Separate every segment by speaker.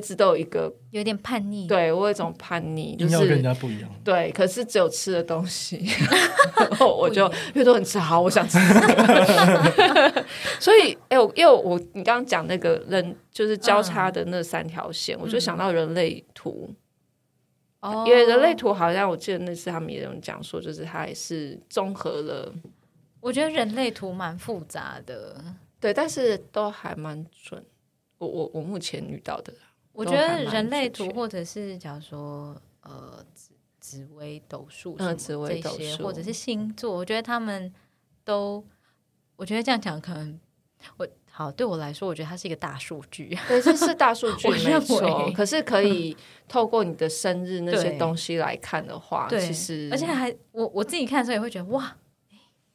Speaker 1: 直都有一个，
Speaker 2: 哦有点叛逆。
Speaker 1: 对我有一种叛逆，就
Speaker 3: 硬要跟人
Speaker 1: 是
Speaker 3: 家不一样。
Speaker 1: 对，可是只有吃的东 西，然后我就越多人吃好，我想吃。所以，哎、我因为我你刚刚讲那个人就是交叉
Speaker 2: 嗯
Speaker 1: 的那三条线，我就想到人类图，
Speaker 2: 哦
Speaker 1: 因为人类，图好像我记得那次他们也有讲说，就是它也是综合了。
Speaker 2: 我觉得人类图蛮复杂的。
Speaker 1: 对，但是都还蛮准。我我我目前遇到的，
Speaker 2: 我
Speaker 1: 都
Speaker 2: 觉
Speaker 1: 还
Speaker 2: 得
Speaker 1: 蛮
Speaker 2: 人类
Speaker 1: 准
Speaker 2: 图
Speaker 1: 确
Speaker 2: 或者是假如说呃紫紫微斗数什
Speaker 1: 嗯
Speaker 2: 么
Speaker 1: 紫微斗
Speaker 2: 这些，
Speaker 1: 数
Speaker 2: 或者是星座，我觉得他们都，我觉得这样讲可能我好对我来说，我觉得它是一个大数据。
Speaker 1: 对，这是大数 据
Speaker 2: 我
Speaker 1: 没
Speaker 2: 认
Speaker 1: 错
Speaker 2: 为。
Speaker 1: 可是可以透过你的生日那些
Speaker 2: 对
Speaker 1: 东西来看的话，
Speaker 2: 对，
Speaker 1: 其实
Speaker 2: 而且还我我自己看的时候也会觉得哇，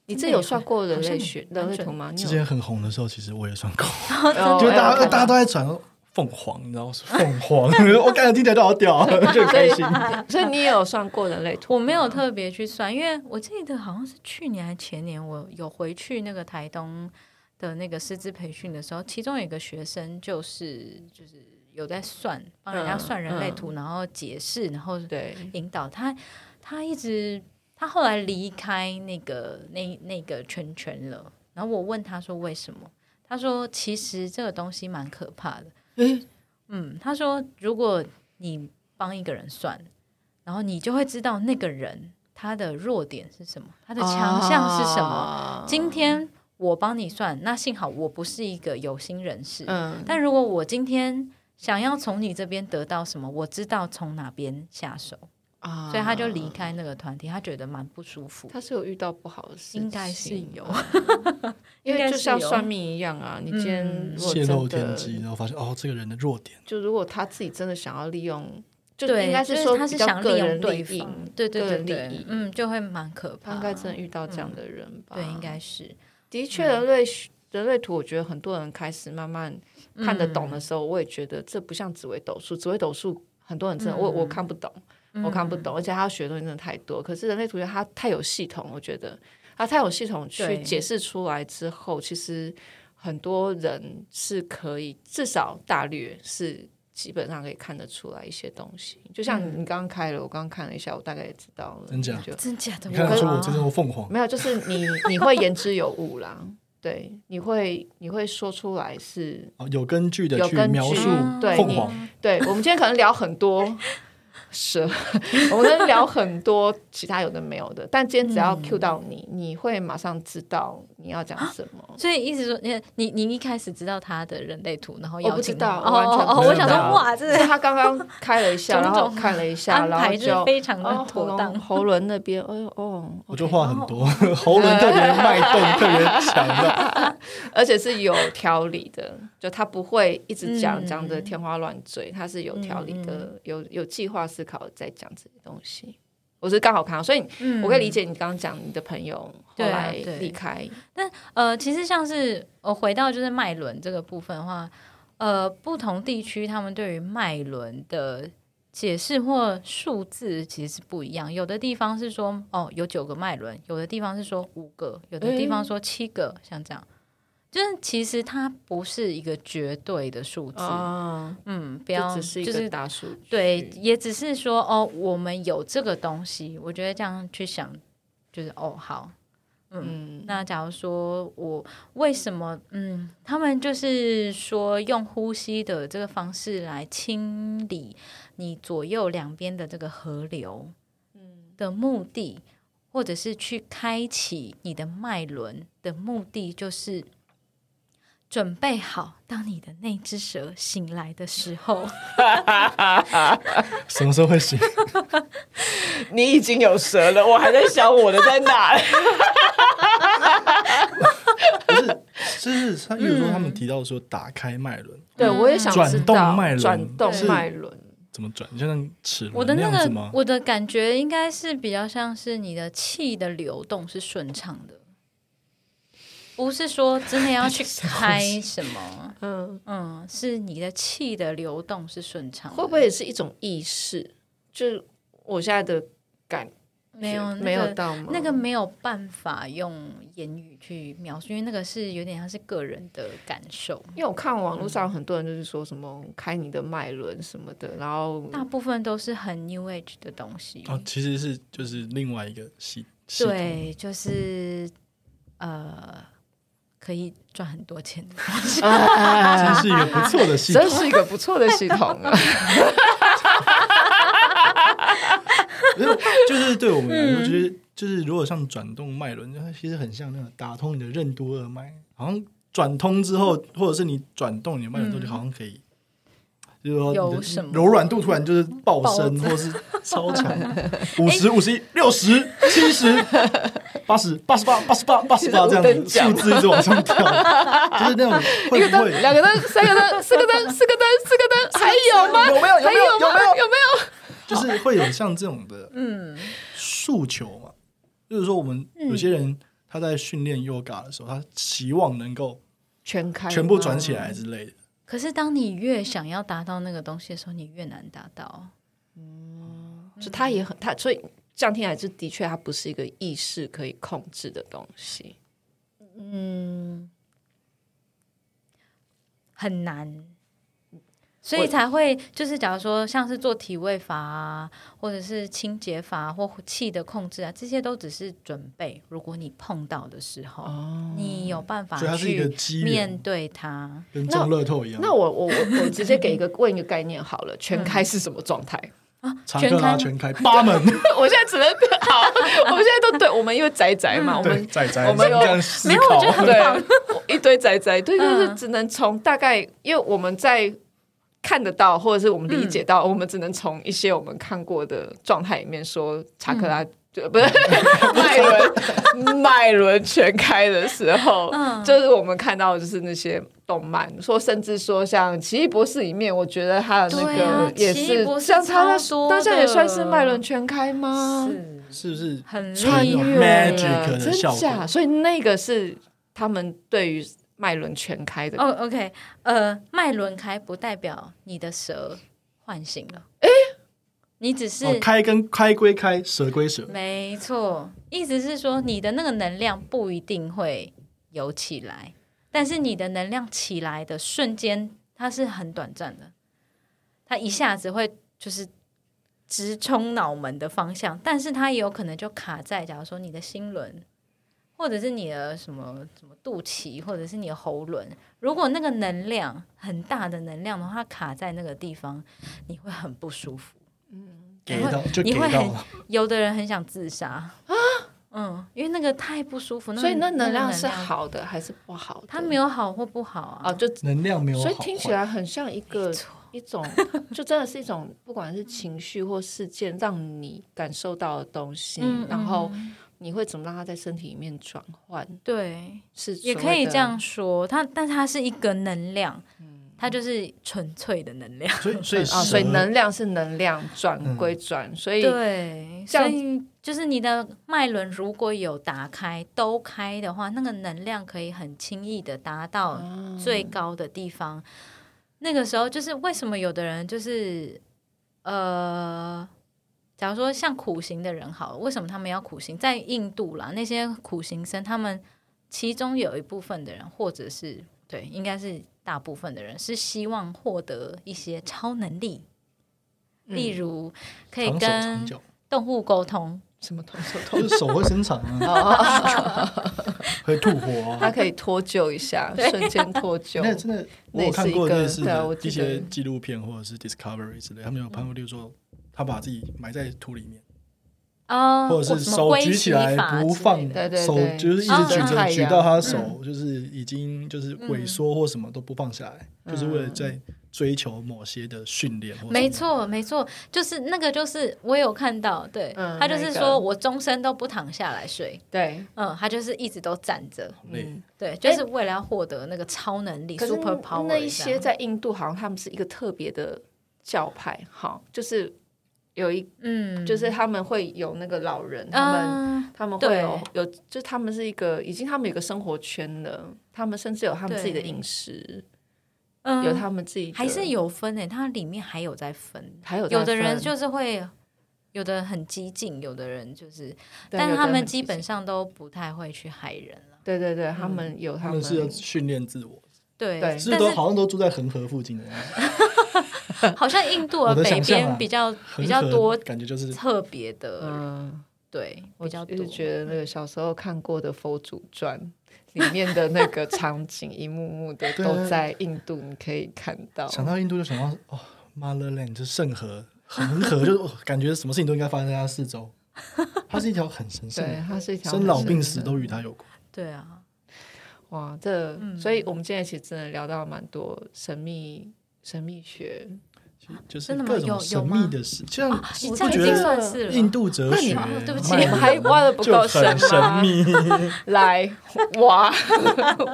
Speaker 1: 你自己有算过人
Speaker 2: 好像
Speaker 1: 类
Speaker 2: 也
Speaker 1: 学
Speaker 2: 蛮
Speaker 1: 人类
Speaker 2: 准
Speaker 1: 图吗？你
Speaker 3: 之
Speaker 1: 有
Speaker 3: 前很红的时候，其实我也算过，
Speaker 1: 哦
Speaker 3: 就是大
Speaker 1: 哎我
Speaker 3: 家
Speaker 1: 看
Speaker 3: 大家都在传凤凰，你知道吗是凤凰， 我感觉听起来都好 屌，
Speaker 1: 啊
Speaker 3: 就很开心。
Speaker 1: 到 所以你也有算过人类图？
Speaker 2: 我没有特别去算，因为我记得好像是去年还前年，我有回去那个台东的那个师资培训的时候，其中有一个学生就是就是有在算，帮人家
Speaker 1: 嗯
Speaker 2: 算人类图，然后解释，然后
Speaker 1: 对，
Speaker 2: 引导他，他一直他后来离开那个那那个圈圈了，然后我问他说为什么，他说其实这个东西蛮可怕的，嗯，他说如果你帮一个人算，然后你就会知道那个人他的弱点是什么，他的强项是什么。
Speaker 1: 么
Speaker 2: 今天我帮你算，那幸好我不是一个有心人士，
Speaker 1: 嗯，
Speaker 2: 但如果我今天想要从你这边得到什么，我知道从哪边下手，
Speaker 1: 啊
Speaker 2: 所以他就离。开那个团体，他觉得蛮不舒服。
Speaker 1: 他是有遇到不好的事情，
Speaker 2: 应该是有，
Speaker 1: 因
Speaker 2: 应
Speaker 1: 为
Speaker 2: 该
Speaker 1: 就是像
Speaker 2: 有
Speaker 1: 算命一样啊，你今天
Speaker 2: 嗯
Speaker 1: 如果
Speaker 3: 泄露
Speaker 1: 真
Speaker 3: 天
Speaker 1: 的
Speaker 3: 机，然后发现哦，这个人的弱点，
Speaker 1: 就如果他自己真的想要利用，就
Speaker 2: 对，
Speaker 1: 应该
Speaker 2: 就是
Speaker 1: 说
Speaker 2: 他
Speaker 1: 比
Speaker 2: 是
Speaker 1: 较
Speaker 2: 想
Speaker 1: 个
Speaker 2: 利
Speaker 1: 人
Speaker 2: 用对
Speaker 1: 利益
Speaker 2: 方，，对对
Speaker 1: 个
Speaker 2: 对
Speaker 1: 人利
Speaker 2: 对
Speaker 1: 益，，
Speaker 2: 嗯，就会蛮可怕。
Speaker 1: 他应该真的遇到这样的人吧？
Speaker 2: 嗯对，应该是
Speaker 1: 的确，人类学人类图，我觉得很多人开始慢慢看得懂的时候，我也觉得这不像紫微斗数，紫微斗数很多人真的我我看不懂，我看不懂，而且他要学的东西真的太多。可是人类图它太有系统，我觉得它太有系统去
Speaker 2: 对
Speaker 1: 解释出来之后，其实很多人是可以至少大略是。基本上可以看得出来一些东西，就像你刚刚开了，我刚刚看了一下，我大概也知道了。
Speaker 3: 真假
Speaker 1: 就
Speaker 2: 真假的，
Speaker 3: 你看得出
Speaker 2: 哇
Speaker 3: 我真正
Speaker 1: 啊
Speaker 3: 的凤凰，
Speaker 1: 没有，就是你你会言之有物啦，对，你会你会说出来是，
Speaker 3: 哦有根据的
Speaker 1: 有
Speaker 3: 去
Speaker 1: 根据
Speaker 3: 描述
Speaker 2: 嗯
Speaker 1: 对
Speaker 3: 凤
Speaker 1: 你
Speaker 3: 凰。
Speaker 1: 对我们今天可能聊很多蛇，我们能聊很多其他有的没有的，但今天只要 cue 到你，你会马上知道你要讲什么。
Speaker 2: 所以意思说，你你你一开始知道他的人类图，然后
Speaker 1: 我
Speaker 2: 邀
Speaker 1: 不知
Speaker 2: 请
Speaker 1: 道，
Speaker 2: 他
Speaker 1: 我完全
Speaker 2: 哦哦
Speaker 1: 不
Speaker 2: 哦，
Speaker 1: 知
Speaker 2: 我想说
Speaker 1: 道
Speaker 2: 哇，这
Speaker 1: 就是他刚刚开了一下，
Speaker 2: 种
Speaker 1: 然后
Speaker 2: 种
Speaker 1: 看了一下，
Speaker 2: 安
Speaker 1: 然后
Speaker 2: 排是
Speaker 1: 就
Speaker 2: 非常
Speaker 1: 哦
Speaker 2: 的
Speaker 1: 喉
Speaker 2: 妥
Speaker 1: 咙
Speaker 2: 当。
Speaker 1: 喉轮那边，哎呦哦，
Speaker 3: 我就
Speaker 1: OK
Speaker 3: 话很多，
Speaker 1: 哦
Speaker 3: 喉咙特别脉动 特别强的，
Speaker 1: 而且是有条理的，就他不会一直讲
Speaker 2: 嗯
Speaker 1: 讲的天花乱坠，他是有条理的，有有计划思考在讲这些东西。我是刚好看到，所以
Speaker 2: 嗯
Speaker 1: 我可以理解你刚刚讲你的朋友后
Speaker 2: 对啊
Speaker 1: 来
Speaker 2: 对
Speaker 1: 离开，
Speaker 2: 呃，其实像是我回到就是脉轮这个部分的话，呃，不同地区他们对于脉轮的解释或数字其实是不一样。有的地方是说哦有九个脉轮，有的地方是说五个，有的地方说七个，像这样。就是其实它不是一个绝对的数字，
Speaker 1: 啊，
Speaker 2: 嗯，不
Speaker 1: 这
Speaker 2: 要
Speaker 1: 只是一
Speaker 2: 就
Speaker 1: 个
Speaker 2: 是
Speaker 1: 大数据，
Speaker 2: 对，也只是说哦，我们有这个东西，我觉得这样去想，就是哦，好，
Speaker 1: 嗯，
Speaker 2: 那假如说我为什么，嗯，他们就是说用呼吸的这个方式来清理你左右两边的这个河流，嗯，的目的，或者是去开启你的脉轮的目的，就是准备好，当你的那只蛇醒来的时候。
Speaker 3: 什么时候会醒？
Speaker 1: 你已经有蛇了，我还在想我的在哪，
Speaker 3: 不是，就是他，比如说他们提到说打开脉轮
Speaker 1: 对我也想知
Speaker 3: 转动
Speaker 1: 道
Speaker 3: 脉轮
Speaker 1: 转动
Speaker 3: 是
Speaker 1: 脉轮，
Speaker 3: 怎么转，就像齿
Speaker 2: 我
Speaker 3: 轮
Speaker 2: 的那
Speaker 3: 样子
Speaker 2: 个
Speaker 3: 吗，？
Speaker 2: 我的感觉应该是比较像是你的气的流动是顺畅的，不是说真的 要去开什么，
Speaker 1: 嗯，
Speaker 2: 嗯，是你的气的流动是顺畅的。
Speaker 1: 会不会也是一种意识？就是我现在的感
Speaker 2: 没有
Speaker 1: 没
Speaker 2: 那
Speaker 1: 有
Speaker 2: 个
Speaker 1: 到吗？
Speaker 2: 那个没有办法用言语去描述，因为那个是有点像是个人的感受。
Speaker 1: 因为我看网络上很多人就是说什么开你的脉轮什么的，然后
Speaker 2: 大部分都是很 New Age 的东西，
Speaker 3: 哦，其实是就是另外一个系系统
Speaker 2: 对，就是呃，可以赚很多钱的东西。
Speaker 3: 真是一个不错的系 统
Speaker 1: 真。是一个不错的系统啊。
Speaker 3: 就是对我们来说，就是就是如果像转动脉轮，它其实很像那种打通你的任督二脉，好像转通之后，或者是你转动你的脉轮之后，就好像可以，就是说
Speaker 2: 有
Speaker 3: 你的
Speaker 2: 什么
Speaker 3: 柔软度突然就是爆升，或是超强，五十、五十一、六十、七十、八十、八十八、八十八、八十八这样
Speaker 1: 你在
Speaker 3: 子，数
Speaker 1: 讲
Speaker 3: 字一直往上跳，就是那种
Speaker 1: 一
Speaker 3: 会
Speaker 1: 个
Speaker 3: 不
Speaker 1: 灯，
Speaker 3: 会？
Speaker 1: 两个灯，三个灯，四个灯，四个灯，四个灯，还有吗？
Speaker 3: 有没有？有
Speaker 1: 还
Speaker 3: 没有？有
Speaker 1: 有
Speaker 3: 没
Speaker 1: 吗？
Speaker 3: 有？
Speaker 1: 有没有？
Speaker 3: 就是会有像这 种的
Speaker 2: 嗯，
Speaker 3: 诉求嘛，就是说我们
Speaker 1: 嗯
Speaker 3: 有些人他在训练 yoga 的时候，他期望能够
Speaker 1: 全开，
Speaker 3: 全部转起。来之类的。
Speaker 2: 可是当你越想要达到那个东西的时候，你越难达到。
Speaker 1: 就他也很他，所以这样听起来，就的确它不是一个意识可以控制的东西。
Speaker 2: 嗯，很难，所以才会就是，假如说像是做体位法啊，或者是清洁法啊或气的控制啊，这些都只是准备。如果你碰到的时候，
Speaker 1: 哦
Speaker 2: 你有办法
Speaker 3: 所以它哦是一个
Speaker 2: 去
Speaker 3: 机
Speaker 2: 面
Speaker 3: 缘，
Speaker 2: 对它。
Speaker 3: 跟中乐透一样。
Speaker 1: 那我我我我直接给一个问一个概念好了，全开是什么状态？
Speaker 3: 查克拉全开八门，
Speaker 1: 我现在只能好，我们现在都对我们因为宅宅嘛，我
Speaker 3: 对，
Speaker 1: 们
Speaker 3: 仔仔，
Speaker 1: 我们有
Speaker 3: 这样思
Speaker 2: 没有我觉得
Speaker 3: 考
Speaker 2: 很。
Speaker 1: 对我 一堆宅宅，对，
Speaker 2: 嗯
Speaker 1: 就是只能从大概，因为我们在看得到或者是我们理解到，
Speaker 2: 嗯
Speaker 1: 我们只能从一些我们看过的状态里面说查克
Speaker 2: 嗯
Speaker 1: 拉。就 不是脉轮，脉轮全开的时候，
Speaker 2: 嗯
Speaker 1: 就是我们看到的就是那些动漫，说甚至说像《奇异博士》里面，我觉得他的那
Speaker 2: 对啊
Speaker 1: 个也
Speaker 2: 奇异
Speaker 1: 是
Speaker 2: 博，士
Speaker 1: 像他
Speaker 2: 超多
Speaker 1: 那这样也
Speaker 2: 的
Speaker 1: 算是脉轮全开吗？
Speaker 2: 是
Speaker 3: 是不是哦
Speaker 2: 很
Speaker 3: 啊穿
Speaker 2: 厉
Speaker 3: 有
Speaker 2: 害
Speaker 3: magic 的
Speaker 1: 真
Speaker 3: 效
Speaker 1: 假？
Speaker 3: 果？
Speaker 1: 所以那个是他们对于脉轮全开的。
Speaker 2: 哦、o k 呃，脉轮开不代表你的蛇唤醒了，你只是、
Speaker 3: 哦，开跟开归开，蛇归蛇，
Speaker 2: 没错，意思是说你的那个能量不一定会有起来，但是你的能量起来的瞬间，它是很短暂的，它一下子会就是直冲脑门的方向，但是它也有可能就卡在，假如说你的心轮。或者是你的什么什么肚脐，或者是你的喉轮，如果那个能量很大的能量的话，它卡在那个地方，你会很不舒服。
Speaker 3: 给到就
Speaker 2: 你
Speaker 3: 给
Speaker 2: 会
Speaker 3: 到
Speaker 2: 很
Speaker 3: 了。
Speaker 2: 有的人很想自杀啊，嗯，因为那个太不舒服，个
Speaker 1: 所以那
Speaker 2: 那
Speaker 1: 能量
Speaker 2: 个
Speaker 1: 是，好的还是不好的？
Speaker 2: 它没有好或不好啊，
Speaker 1: 哦，就
Speaker 3: 能量没有好
Speaker 1: 所
Speaker 3: 坏，
Speaker 1: 以听起来很像一个一种， 就真的是一种不管是情绪或事件让你感受到的东西，
Speaker 2: 嗯，
Speaker 1: 然后
Speaker 2: 嗯
Speaker 1: 你会怎么让它在身体里面转换？
Speaker 2: 对，
Speaker 1: 是
Speaker 2: 也
Speaker 1: 所
Speaker 2: 可以
Speaker 1: 谓
Speaker 2: 这
Speaker 1: 的嗯
Speaker 2: 样说，它但它是一个能量，它就是纯粹的能量，
Speaker 3: 所以所以
Speaker 1: 啊，所以
Speaker 3: 蛇
Speaker 1: 能量是能量，转
Speaker 3: 嗯
Speaker 1: 归转，所以
Speaker 2: 对，
Speaker 1: 这
Speaker 2: 所
Speaker 1: 样
Speaker 2: 以就是你的脉轮如果有打开都开的话，那个能量可以很轻易的达到
Speaker 1: 啊
Speaker 2: 最高的地方。那个时候就是为什么有的人就是呃，假如说像苦行的人好了，为什么他们要苦行？在印度啦，那些苦行僧他们其中有一部分的人，或者是对，应该是大部分的人是希望获得一些超能力。例
Speaker 1: 嗯
Speaker 2: 如，可以
Speaker 3: 长手
Speaker 2: 跟
Speaker 3: 长脚，
Speaker 2: 动物沟通，
Speaker 1: 什么同手
Speaker 3: 就是手会伸长啊，
Speaker 1: 哦，
Speaker 3: 会吐火啊
Speaker 1: 它。可以脱臼一 下，瞬间脱臼。
Speaker 3: 那真的，
Speaker 1: 那
Speaker 3: 我有
Speaker 1: 也是
Speaker 3: 看
Speaker 1: 一
Speaker 3: 过
Speaker 1: 个
Speaker 3: 类似
Speaker 1: 对啊我
Speaker 3: 的
Speaker 1: 记得
Speaker 3: 一些纪录片或者是 Discovery 之类，他们有拍过，例如说他把自己埋在土里面，
Speaker 1: 啊
Speaker 2: 哦，
Speaker 3: 或者是
Speaker 2: 什么
Speaker 3: 手
Speaker 2: 龟
Speaker 3: 举
Speaker 2: 息
Speaker 3: 起来
Speaker 2: 法
Speaker 3: 不
Speaker 2: 之类
Speaker 3: 放，
Speaker 2: 的
Speaker 1: 对对
Speaker 3: 手
Speaker 1: 对
Speaker 3: 就是一直
Speaker 2: 嗯
Speaker 3: 举
Speaker 1: 嗯
Speaker 3: 着，
Speaker 1: 太
Speaker 3: 举
Speaker 1: 阳
Speaker 3: 到他手就是已经就是萎缩或什么都不放下来，
Speaker 1: 嗯
Speaker 3: 就是为了在追求某些的训练或什么。
Speaker 2: 没错，没错，就是那个，就是我有看到，对、
Speaker 1: 嗯
Speaker 2: 他就是
Speaker 1: 那
Speaker 2: 说
Speaker 1: 个
Speaker 2: 我终身都不躺下来睡，
Speaker 1: 对，
Speaker 2: 嗯，他就是一直都站着，
Speaker 3: 好
Speaker 1: 嗯
Speaker 3: 累，
Speaker 2: 对，就是为了要获得那个超能力
Speaker 1: 哎可是
Speaker 2: （super power）
Speaker 1: 那一些在印度好像他们是一个特别的教派，哈，就是有一，
Speaker 2: 嗯，
Speaker 1: 就是他们会有那个老人，他们、
Speaker 2: 嗯，
Speaker 1: 他们会有
Speaker 2: 对
Speaker 1: 有，就是他们是一个已经他们有个生活圈了，他们甚至有他们
Speaker 2: 对
Speaker 1: 自己的饮食，
Speaker 2: 嗯
Speaker 1: 有他们自己
Speaker 2: 欸
Speaker 1: 的
Speaker 2: 还是有分诶，它里面还有在分，
Speaker 1: 还有在
Speaker 2: 有的人
Speaker 1: 分
Speaker 2: 就是会。有的很激进，有的人就是，
Speaker 1: 对
Speaker 2: 但是
Speaker 1: 有的
Speaker 2: 他们
Speaker 1: 很
Speaker 2: 基嗯
Speaker 1: 激
Speaker 2: 本
Speaker 1: 进
Speaker 2: 上都不太会去害人了。
Speaker 1: 对对对，他们有他
Speaker 3: 他们
Speaker 1: 们
Speaker 3: 是要训练自我，
Speaker 2: 对，
Speaker 1: 对
Speaker 2: 但
Speaker 3: 是不是都好像都住在恒河附近的样子，
Speaker 2: 好像印度
Speaker 3: 我
Speaker 2: 的
Speaker 3: 的
Speaker 2: 北
Speaker 3: 想象啊
Speaker 2: 边比较
Speaker 3: 恒
Speaker 2: 比较
Speaker 3: 河
Speaker 2: 多
Speaker 3: 感觉就是
Speaker 2: 特别的，
Speaker 1: 嗯，
Speaker 2: 对，
Speaker 1: 我
Speaker 2: 比较
Speaker 1: 就
Speaker 2: 多
Speaker 1: 是。觉得那个小时候看过的《佛祖传》里面的那 个场景，一幕幕的
Speaker 3: 对
Speaker 1: 都在印度，你可以看到。
Speaker 3: 想到印度就想到哦，Motherland 就是圣河，恒河就是哦感觉什么事情都应该发生在它四周，它是一条很神圣
Speaker 1: 对，
Speaker 3: 的
Speaker 1: 它是一
Speaker 3: 河，
Speaker 1: 条
Speaker 3: 生
Speaker 1: 很
Speaker 3: 老
Speaker 1: 深
Speaker 3: 病
Speaker 1: 的
Speaker 3: 死都与它有关。
Speaker 2: 对啊，
Speaker 1: 哇，这、所以我们今天其实真的聊到蛮多神秘神秘学。
Speaker 3: 就是
Speaker 2: 真的吗
Speaker 3: 各种
Speaker 2: 有
Speaker 3: 神
Speaker 2: 有
Speaker 3: 秘
Speaker 2: 吗
Speaker 3: 的事，像
Speaker 2: 你
Speaker 1: 我
Speaker 2: 这样已
Speaker 1: 不觉
Speaker 2: 经
Speaker 1: 得
Speaker 2: 算是了。
Speaker 3: 印度哲
Speaker 1: 那
Speaker 3: 学
Speaker 1: 你
Speaker 3: 脉
Speaker 2: 哦
Speaker 3: 轮，
Speaker 2: 对不起
Speaker 1: 我还挖的不
Speaker 3: 就
Speaker 1: 够
Speaker 3: 很
Speaker 1: 深吗
Speaker 3: 神？秘。
Speaker 1: 来挖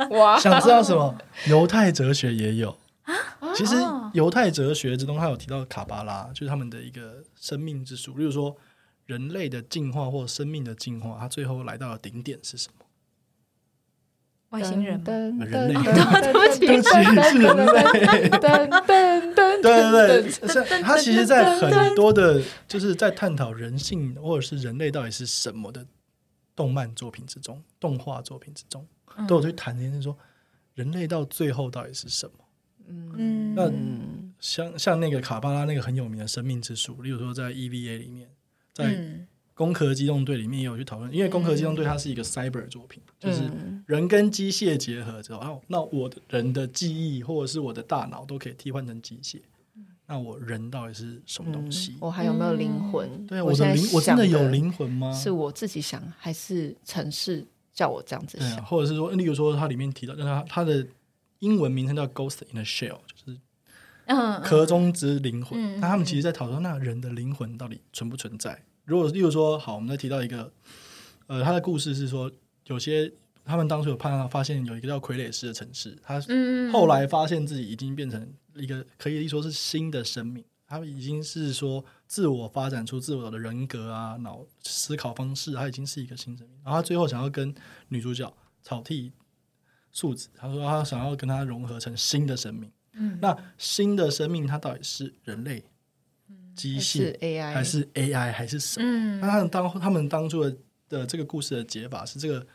Speaker 1: 挖，
Speaker 3: 想知道什么？犹太哲学也有。其实犹太哲学之中，它有提到卡巴拉，就是他们的一个生命之树。例如说，人类的进化或生命的进化，它最后来到了顶点是什么？
Speaker 2: 外星人吗？
Speaker 1: 噔
Speaker 3: 人类
Speaker 1: 噔噔对不起，
Speaker 3: 对不起，是人类。
Speaker 1: 噔噔 噔，
Speaker 3: 对对对，是它其实，在很多的，就是在探讨人性或者是人类到底是什么的动漫作品之中、动画作品之中，
Speaker 1: 嗯
Speaker 3: 都有去谈这件事，说人类到最后到底是什么。
Speaker 2: 嗯，
Speaker 3: 那
Speaker 1: 嗯，
Speaker 3: 像像那个卡巴拉那个很有名的生命之树，例如说在 EVA 里面，在
Speaker 2: 嗯
Speaker 3: 攻壳机动队里面也有去讨论，因为攻壳机动队它是一个 cyber 作品，就是
Speaker 1: 嗯
Speaker 3: 人跟机械结合之后，哦，那我的人的记忆或者是我的大脑都可以替换成机械，那我人到底是什么东西？
Speaker 1: 嗯我还有没有灵魂？
Speaker 3: 对，
Speaker 1: 我
Speaker 3: 我
Speaker 1: 现
Speaker 3: 的
Speaker 1: 在
Speaker 3: 灵，我真的
Speaker 1: 想
Speaker 3: 有，灵魂吗？
Speaker 1: 是我自己想，还是城市叫我这样子
Speaker 3: 对啊，
Speaker 1: 想？
Speaker 3: 或者是说，例如说它里面提到，就是它它的英文名称叫 Ghost in a Shell，就是
Speaker 2: 嗯，
Speaker 3: 壳中之灵魂。
Speaker 2: 嗯嗯
Speaker 3: 那他们其实在讨论，那人的灵魂到底存不存在？如果例如说，好，我们再提到一个，呃，他的故事是说，有些他们当初有判断发现有一个叫傀儡师的城市，他
Speaker 2: 嗯，
Speaker 3: 后来发现自己已经变成一个可以说是新的生命，他们已经是说自我发展出自我的人格啊、脑思考方式，他已经是一个新生命。然后他最后想要跟女主角草剃素子，他说他想要跟她融合成新的生命。
Speaker 2: 嗯，
Speaker 3: 那新的生命它到底是人类、机
Speaker 1: 还
Speaker 3: 械
Speaker 1: 是，AI，
Speaker 3: 还是 AI，还是什么？
Speaker 2: 嗯
Speaker 3: 那他们当他们当初的的这个故事的解法是，这个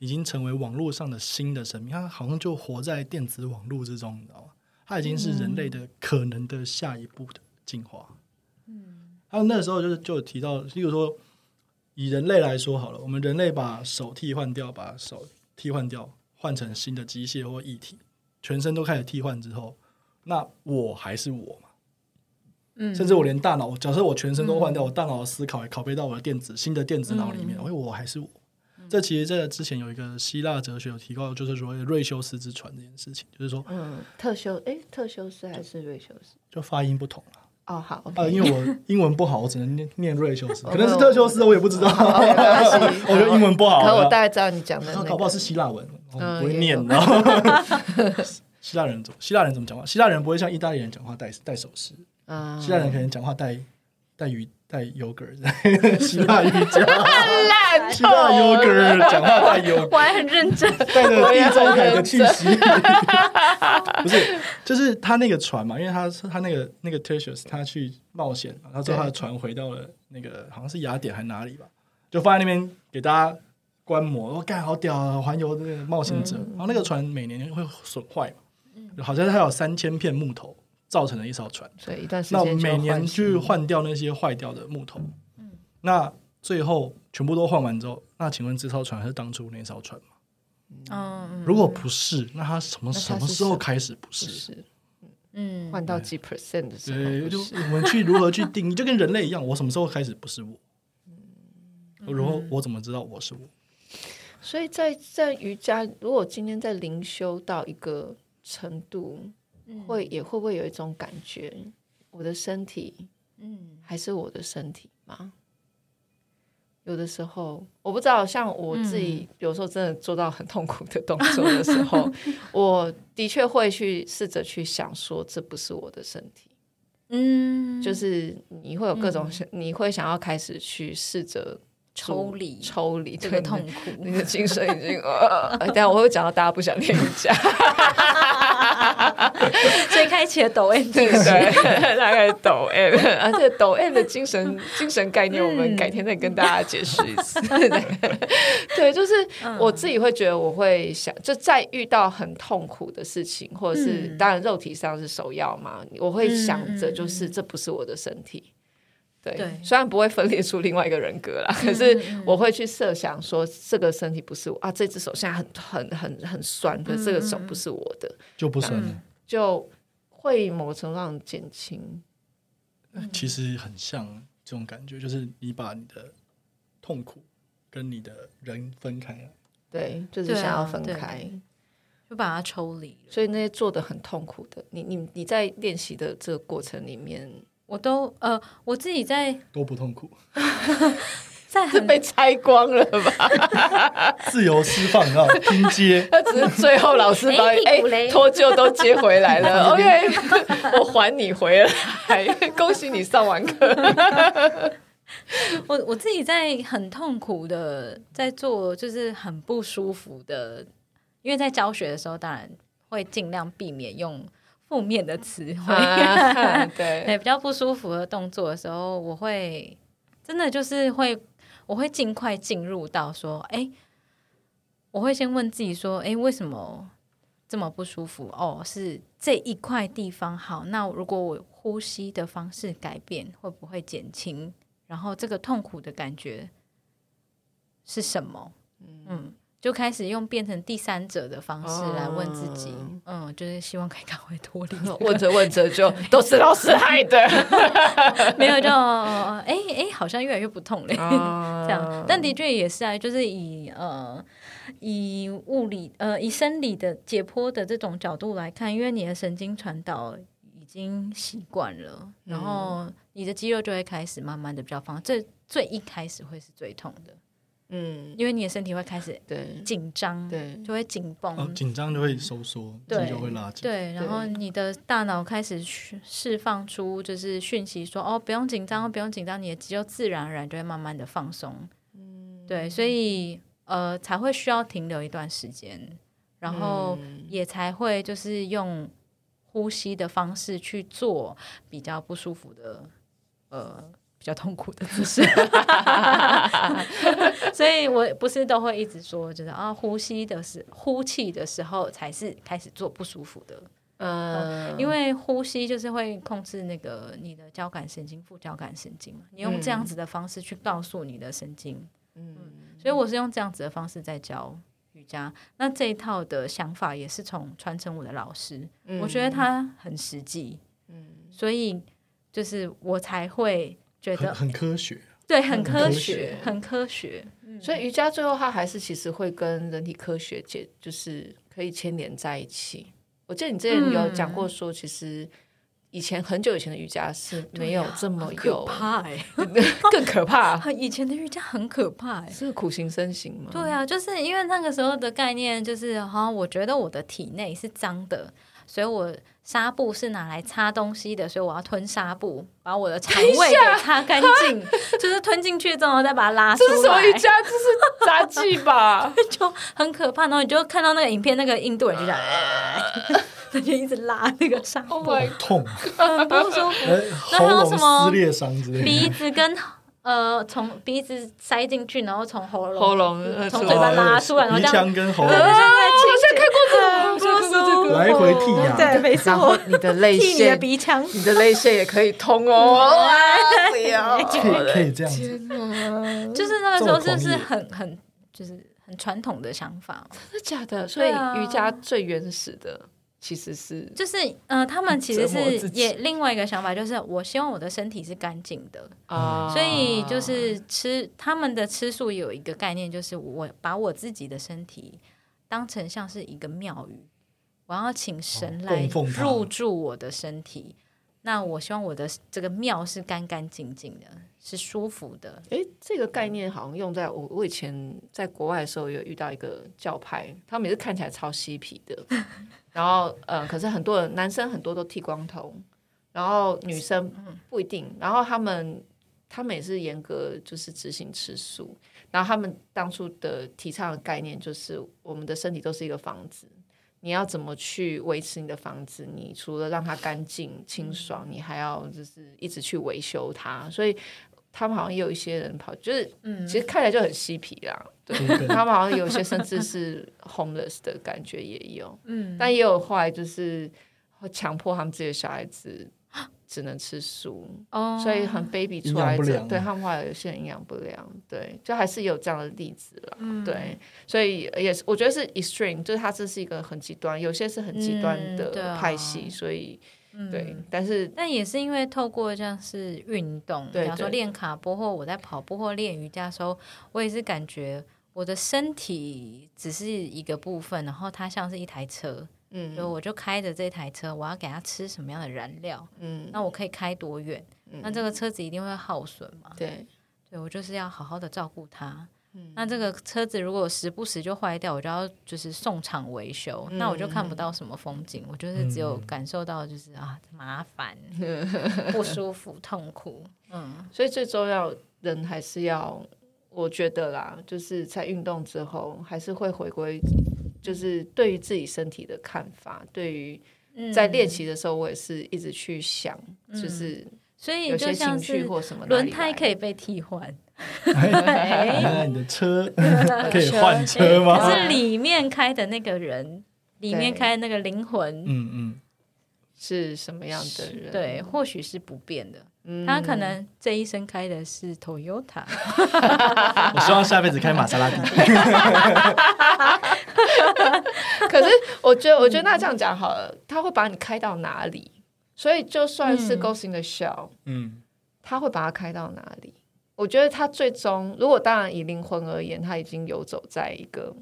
Speaker 3: 已经成为网络上的新的生命，他好像就活在电子网络之中，你知道吗？他已经是人类的可能的下一步的进化。嗯，他们那时候就是就有提到，例如说以人类来说好了，我们人类把手替换掉，把手替换掉，换成新的机械或液体，全身都开始替换之后，那我还是我嘛？
Speaker 2: 嗯
Speaker 3: 甚至我连大脑，假设我全身都换掉，
Speaker 1: 嗯
Speaker 3: 我大脑的思考也拷贝到我的电子新的电子脑里面，哎、我还是我。
Speaker 1: 嗯
Speaker 3: 这其实在之前有一个希腊哲学有提到，就是所谓的瑞修斯之船这件事情，就是说
Speaker 1: 嗯，特修哎，特修斯还是瑞修斯？
Speaker 3: 就发音不同了。
Speaker 1: 哦，好
Speaker 3: 啊，
Speaker 1: ，OK，
Speaker 3: 因 为我英文不好，我只能念念瑞修斯，
Speaker 1: 哦
Speaker 3: 可能是特修斯，我也不知道。
Speaker 1: 没关系
Speaker 3: 哦 我觉得英文不好
Speaker 1: 可我
Speaker 3: 了，
Speaker 1: 大概知道你讲的
Speaker 3: 然
Speaker 1: 那
Speaker 3: 后
Speaker 1: 个，
Speaker 3: 搞不好是希腊文，我
Speaker 1: 嗯
Speaker 3: 不会
Speaker 1: 也
Speaker 3: 念
Speaker 1: 有
Speaker 3: 的。然后 希腊人怎么？希腊人怎么讲话？希腊人不会像意大利人讲话带带手势，
Speaker 1: 啊，
Speaker 3: 希腊人可能讲话带带鱼带 yogurt，希 腊瑜伽。
Speaker 1: 烂
Speaker 3: 希腊 yogurt 讲话带 yogurt，
Speaker 2: 我还很认真，
Speaker 3: 带着地中海的气息。 不是，就是他那个船嘛，因为他是他那个那个 Tertius 他去冒险嘛，他说他的船回到了那个好像是雅典还哪里吧，就放在那边给大家观摩。我干好屌啊，环游那个冒险者。然后那个船每年会损坏嘛，好像它有三千片木头造成了一艘船。
Speaker 1: 所以一段时
Speaker 3: 那我
Speaker 1: 间
Speaker 3: 们
Speaker 1: 就
Speaker 3: 每年
Speaker 1: 换
Speaker 3: 去
Speaker 1: 新嗯
Speaker 3: 换掉那些坏掉的木头，那最后全部都换完之后，那请问这艘船还是当初那艘船吗？
Speaker 2: 嗯
Speaker 3: 如果不是，那它什么
Speaker 1: 那它是
Speaker 3: 什么时候开始不
Speaker 1: 不
Speaker 3: 是？
Speaker 1: 是
Speaker 2: 嗯，
Speaker 1: 换到几 percent 的时候
Speaker 3: 对，就
Speaker 1: 不是，
Speaker 3: 我们去如何去定义，就跟人类一样，我什么时候开始不是我？
Speaker 1: 嗯
Speaker 3: 如何我怎么知道我是我？
Speaker 1: 所以在在瑜伽，如果今天在灵修到一个程度，
Speaker 2: 嗯
Speaker 1: 会也会不会有一种感觉，我的身体
Speaker 2: 嗯
Speaker 1: 还是我的身体吗？有的时候我不知道，像我自己有时候真的做到很痛苦的动作的时候，我的确会去试着去想说，这不是我的身体。
Speaker 2: 嗯，
Speaker 1: 就是你会有各种，你会想要开始去试着
Speaker 2: 抽离
Speaker 1: 抽离
Speaker 2: 这个
Speaker 1: 对你的
Speaker 2: 痛苦
Speaker 1: 你，的呃精神已经呃，但我会讲到大家不想听瑜伽，
Speaker 2: 所以开启了抖 M
Speaker 1: 对对，大概抖 M，而且抖 M 的 精神精神概念，我们改天再跟大家解释一次。
Speaker 2: 嗯
Speaker 1: 对，就是我自己会觉得，我会想，就在遇到很痛苦的事情，或者是、
Speaker 2: 嗯
Speaker 1: 当然肉体上是首要嘛，我会想着就
Speaker 2: 嗯
Speaker 1: 是、这不是我的身体。对，
Speaker 2: 对嗯
Speaker 1: 虽然不会分裂出另外一个人格啦，可是我会去设想说，这个身体不是我啊，这只手现在很很很很酸，可是这个
Speaker 2: 嗯
Speaker 1: 手不是我的，
Speaker 3: 就不酸了。
Speaker 1: 就会某程度上减轻。嗯
Speaker 3: 其实很像这种感觉，就是你把你的痛苦跟你的人分开了。
Speaker 1: 对，就是
Speaker 2: 对啊
Speaker 1: 想要分
Speaker 2: 对
Speaker 1: 开。
Speaker 2: 就把它抽离了。
Speaker 1: 所以那些做的很痛苦的，你你你在练习的这个过程里面
Speaker 2: 我都呃，我自己在
Speaker 3: 都不痛苦，
Speaker 2: 在
Speaker 1: 是
Speaker 2: 很
Speaker 1: 被拆光了 吧？
Speaker 3: 自由释放啊，拼接，
Speaker 1: 他只是最后老师把
Speaker 2: 哎屁股嘞
Speaker 1: 哎脱臼都接回来了。OK，我还你回来， 恭喜你 上完课。
Speaker 2: 我我自己在很痛苦的在做，就是很不舒服的，因为在教学的时候，当然会尽量避免用负面的词汇。
Speaker 1: 啊 对，
Speaker 2: 对比较不舒服的动作的时候，我会真的就是会，我会尽快进入到说，哎、我会先问自己说，哎、为什么这么不舒服？哦，是这一块地方好。那如果我呼吸的方式改变，会不会减轻？然后这个痛苦的感觉是什么？嗯。就开始用变成第三者的方式来问自己，嗯，就是希望可以赶快脱离这个
Speaker 1: 问着问着就都是老师害的。
Speaker 2: 没有就哎哎、诶好像越来越不痛嘞，
Speaker 1: 这
Speaker 2: 这样。但的确也是啊，就是以呃以物理呃以生理的解剖的这种角度来看，因为你的神经传导已经习惯了，然后你的肌肉就会开始慢慢的比较放，这最一开始会是最痛的，
Speaker 1: 嗯，
Speaker 2: 因为你的身体会开始
Speaker 1: 对
Speaker 2: 紧张，
Speaker 1: 对
Speaker 2: 就会紧绷，
Speaker 3: 啊，紧张就会收缩，
Speaker 2: 对
Speaker 3: 肌肉会拉紧。
Speaker 2: 对，然后你的大脑开始释释放出就是讯息说，哦，不用紧张，不用紧张，你的肌肉自然而然就会慢慢的放松。嗯，对，所以呃才会需要停留一段时间，然后也才会就是用呼吸的方式去做比较不舒服的呃。比较痛苦的姿势， 所以我不是都会一直说，就是啊，呼吸的时呼气的时候才是开始做不舒服的，
Speaker 1: 嗯，
Speaker 2: 因为呼吸就是会控制那个你的交感神经、副交感神经嘛。你用这样子的方式去告诉你的神经，嗯，所以我是用这样子的方式在教瑜伽。那这一套的想法也是从传承我的老师，我觉得他很实际，嗯，所以就是我才会觉
Speaker 3: 很
Speaker 2: 得
Speaker 3: 很科学，
Speaker 2: 对，很科
Speaker 3: 科
Speaker 2: 学
Speaker 1: 学，
Speaker 2: 很科学，
Speaker 1: 所以瑜伽最后它还是其实会跟人体科学解，就是可以牵连在一起。我记得你之前
Speaker 2: 嗯
Speaker 1: 有讲过说，其实以前很久以前的瑜伽是没有这么
Speaker 2: 很可
Speaker 1: 有，
Speaker 2: 怕哎、
Speaker 1: 更可怕，
Speaker 2: 啊以前的瑜伽很可怕哎、
Speaker 1: 是苦行僧行吗？
Speaker 2: 对啊，就是因为那个时候的概念就是，好像我觉得我的体内是脏的，所以我纱布是拿来擦东西的，所以我要吞纱布，把我的肠胃给擦干净，就是吞进去之后再把它拉出
Speaker 1: 这是什么瑜
Speaker 2: 来，
Speaker 1: 伽？这是杂技吧？
Speaker 2: 就很可怕。然后你就看到那个影片，那个印度人就想， 他就一直拉那个纱布，
Speaker 1: Oh my
Speaker 3: 痛，
Speaker 2: 很不舒服。
Speaker 3: 呃，喉咙撕裂伤之类
Speaker 2: 鼻子跟呃，从鼻子塞进去，然后从喉咙
Speaker 1: 喉咙呃
Speaker 2: 嗯从
Speaker 1: 出
Speaker 2: 嘴巴
Speaker 1: 来
Speaker 2: 拉出来，
Speaker 3: 的，
Speaker 2: 然后
Speaker 3: 鼻
Speaker 2: 这样
Speaker 3: 腔跟喉
Speaker 2: 对对
Speaker 1: 我
Speaker 3: 咙，
Speaker 1: 好像看过这个，
Speaker 2: 对，很不舒服，
Speaker 3: 来回剔牙
Speaker 2: 对，没
Speaker 1: 然后
Speaker 2: 错，
Speaker 1: 你的泪
Speaker 2: 剃你的
Speaker 1: 腺，
Speaker 2: 鼻嗯腔，
Speaker 1: 你的泪腺也可以通哦。 不要
Speaker 3: 可以可以这样子，
Speaker 2: 就是那个时候
Speaker 3: 这
Speaker 2: 就
Speaker 3: 么狂
Speaker 2: 是
Speaker 3: 野
Speaker 2: 很很就是很传统的想法，
Speaker 1: 真的假的？所以
Speaker 2: 对啊
Speaker 1: 瑜伽最原始的其实是
Speaker 2: 就是呃，他们其实
Speaker 1: 折磨自
Speaker 2: 是
Speaker 1: 己
Speaker 2: 也另外一个想法，就是我希望我的身体是干净的，
Speaker 1: 啊，
Speaker 2: 所以就是吃他们的吃素有一个概念，就是我把我自己的身体当成像是一个庙宇，我要请神
Speaker 3: 哦
Speaker 2: 来
Speaker 3: 供奉它
Speaker 2: 入住我的身体。那我希望我的这个庙是干干净净的，是舒服的。
Speaker 1: 诶，哎这个概念好像用在我我以前在国外的时候，有遇到一个教派，他们也是看起来超嬉皮的，然后呃，可是很多人男生很多都剃光头，然后女生不一定，然后他们他们也是严格就是执行吃素，然后他们当初的提倡的概念就是我们的身体都是一个房子。你要怎么去维持你的房子？你除了让它干净清爽，你还要就是一直去维修它。所以他们好像也有一些人跑，就是
Speaker 2: 嗯
Speaker 1: 其实看起来就很嬉皮啦。对，
Speaker 3: 对对
Speaker 1: 他们好像有些甚至是 homeless 的感觉也有，
Speaker 2: 嗯，
Speaker 1: 但也有后来就是会强迫他们自己的小孩子只能吃素，
Speaker 2: 哦，
Speaker 1: 所以很 baby
Speaker 3: 营
Speaker 1: 出
Speaker 3: 养
Speaker 1: 来
Speaker 3: 不
Speaker 1: 者
Speaker 3: 良
Speaker 1: 对
Speaker 3: 啊
Speaker 1: 他们后来有些人营养不良，对，就还是有这样的例子啦。
Speaker 2: 嗯
Speaker 1: 对，所以也是我觉得是 extreme，就是它这是一个很极端，有些是很极端
Speaker 2: 嗯对
Speaker 1: 的
Speaker 2: 啊
Speaker 1: 派系，所以
Speaker 2: 嗯
Speaker 1: 对，但是
Speaker 2: 但也是因为透过像是运动，
Speaker 1: 对
Speaker 2: 比方说
Speaker 1: 对
Speaker 2: 练卡波或我在跑步或练瑜伽的时候，我也是感觉我的身体只是一个部分，然后它像是一台车，
Speaker 1: 嗯
Speaker 2: 所以我就开着这台车，我要给它吃什么样的燃料，
Speaker 1: 嗯
Speaker 2: 那我可以开多远，那这个车子一定会耗损嘛？
Speaker 1: 对，
Speaker 2: 对我就是要好好的照顾它。
Speaker 1: 嗯
Speaker 2: 那这个车子如果时不时就坏掉，我就要就是送厂维修，那我就看不
Speaker 1: 嗯
Speaker 2: 到什么风景，我就是只
Speaker 3: 嗯
Speaker 2: 有感受到就是啊麻 烦、不舒服、痛苦。嗯
Speaker 1: 所以最重要人还是要，我觉得啦，就是在运动之后还是会回归，就是对于自己身体的看法，对于
Speaker 2: 嗯
Speaker 1: 在练，习的时候，我也是一直去想，就是
Speaker 2: 所以
Speaker 1: 有
Speaker 2: 就
Speaker 1: 些
Speaker 2: 像
Speaker 1: 情绪
Speaker 2: 是
Speaker 1: 或什么哪里
Speaker 2: 轮胎
Speaker 1: 来
Speaker 2: 可以被替 换，哎
Speaker 3: 原 来你的车 可以换车
Speaker 2: 可
Speaker 3: 吗？
Speaker 2: 是里面开的那个人，里面
Speaker 1: 对
Speaker 2: 开的那个灵魂，
Speaker 3: 嗯嗯，
Speaker 1: 是什么样的人，
Speaker 2: 对，或许是不变的。
Speaker 1: 嗯
Speaker 2: 他可能这一生开的是 Toyota，
Speaker 3: 我希望下辈子开玛莎拉蒂。
Speaker 1: 可是我觉得，我觉得
Speaker 2: 嗯
Speaker 1: 那这样讲好了，他会把你开到哪里？所以就算是
Speaker 2: 嗯
Speaker 1: Ghost in the Shell，、
Speaker 3: 嗯，
Speaker 1: 他会把它开到哪里？我觉得他最终，如果当然以灵魂而言，他已经游走在一个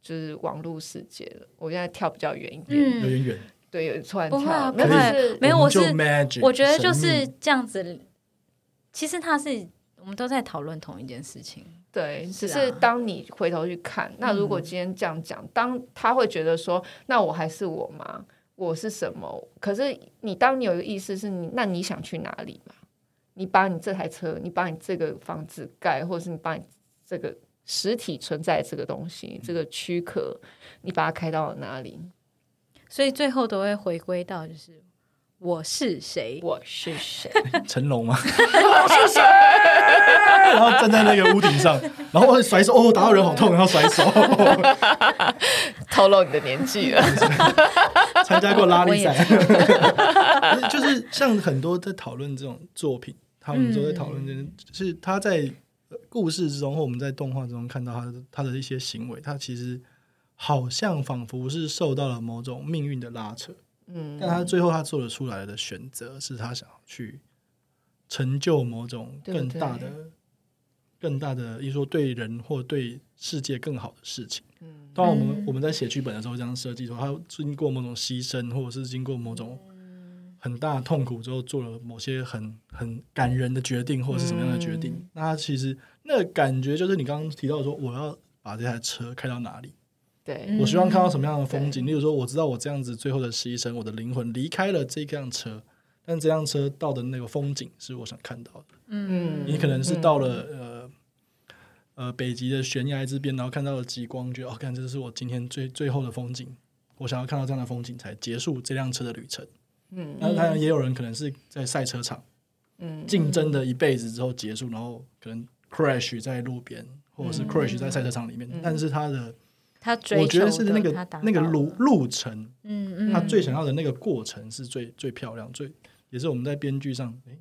Speaker 1: 就是网络世界了。我现在跳比较远一点，
Speaker 3: 有点远。
Speaker 1: 对，有突然
Speaker 2: 嗯不会啊
Speaker 1: 跳，
Speaker 2: 不
Speaker 1: 没有
Speaker 3: 会
Speaker 1: 就是
Speaker 2: 没有
Speaker 3: 我
Speaker 2: 我
Speaker 3: 们就是 magic，
Speaker 2: 我觉得就
Speaker 3: 神
Speaker 2: 是
Speaker 3: 秘
Speaker 2: 这样子。其实他是我们都在讨论同一件事情，
Speaker 1: 对，只
Speaker 2: 是啊
Speaker 1: 是嗯当你回头去看，那如果今天这样讲，当他会觉得说，那我还是我吗？我是什么？可是你当你有一个意识是你，那你想去哪里嘛？你把你这台车，你把你这个房子盖，或者是你把你这个实体存在的这个东西，这个躯壳，你把它开到了哪里？
Speaker 2: 所以最后都会回归到就是我是谁。
Speaker 1: 我是谁？
Speaker 3: 成 龙吗？然后站在那个屋顶上，然后甩手，哦，打到人好痛，然后甩手。
Speaker 1: 透露你的年纪了。
Speaker 3: 参加过拉
Speaker 2: 我
Speaker 3: 力
Speaker 2: 也
Speaker 3: 赛， 就是像很多在讨论这种作品，他们都在讨论这，就是他在呃故事之中或我们在动画之中看到他的他的一些行为，他其实好像仿佛是受到了某种命运的拉扯，
Speaker 1: 嗯
Speaker 3: 但他最后他做得出来的选择是他想要去成就某种
Speaker 1: 对
Speaker 3: 更大
Speaker 1: 对
Speaker 3: 的、更大的，一说对人或对世界更好的事情。
Speaker 1: 嗯
Speaker 3: 当然，我们、
Speaker 2: 嗯
Speaker 3: 我们在写剧本的时候这样设计说，他经过某种牺牲，或者是经过某种
Speaker 1: 嗯
Speaker 3: 很大的痛苦之后，做了某些很很感人的决定，或者是什么样的决定。
Speaker 1: 嗯
Speaker 3: 那他其实那感觉就是你刚刚提到说，我要把这台车开到哪里，
Speaker 1: 对
Speaker 2: 嗯
Speaker 3: 我希望看到什么样的风景。例如说，我知道我这样子最后的牺牲，我的灵魂离开了这辆车，但这辆车到的那个风景是我想看到的。
Speaker 1: 嗯
Speaker 3: 你可能是到了、呃呃北极的悬崖之边，然后看到了极光，觉得哦，看这是我今天最最后的风景，我想要看到这样的风景才结束这辆车的旅程。
Speaker 1: 嗯
Speaker 3: 那当然也有人可能是在赛车场
Speaker 1: 嗯
Speaker 3: 竞争的一辈子之后结束，然后可能 crash 在路边，或
Speaker 1: 嗯
Speaker 3: 者是 crash 在赛车场里面，但是他的
Speaker 2: 他追
Speaker 3: 我
Speaker 2: 求
Speaker 3: 觉得
Speaker 2: 的
Speaker 3: 是那个
Speaker 2: 他达到
Speaker 3: 那个
Speaker 2: 了
Speaker 3: 路，路程，
Speaker 2: 嗯嗯，
Speaker 3: 他最想要的那个过程是最最漂亮，最也是我们在编剧上，诶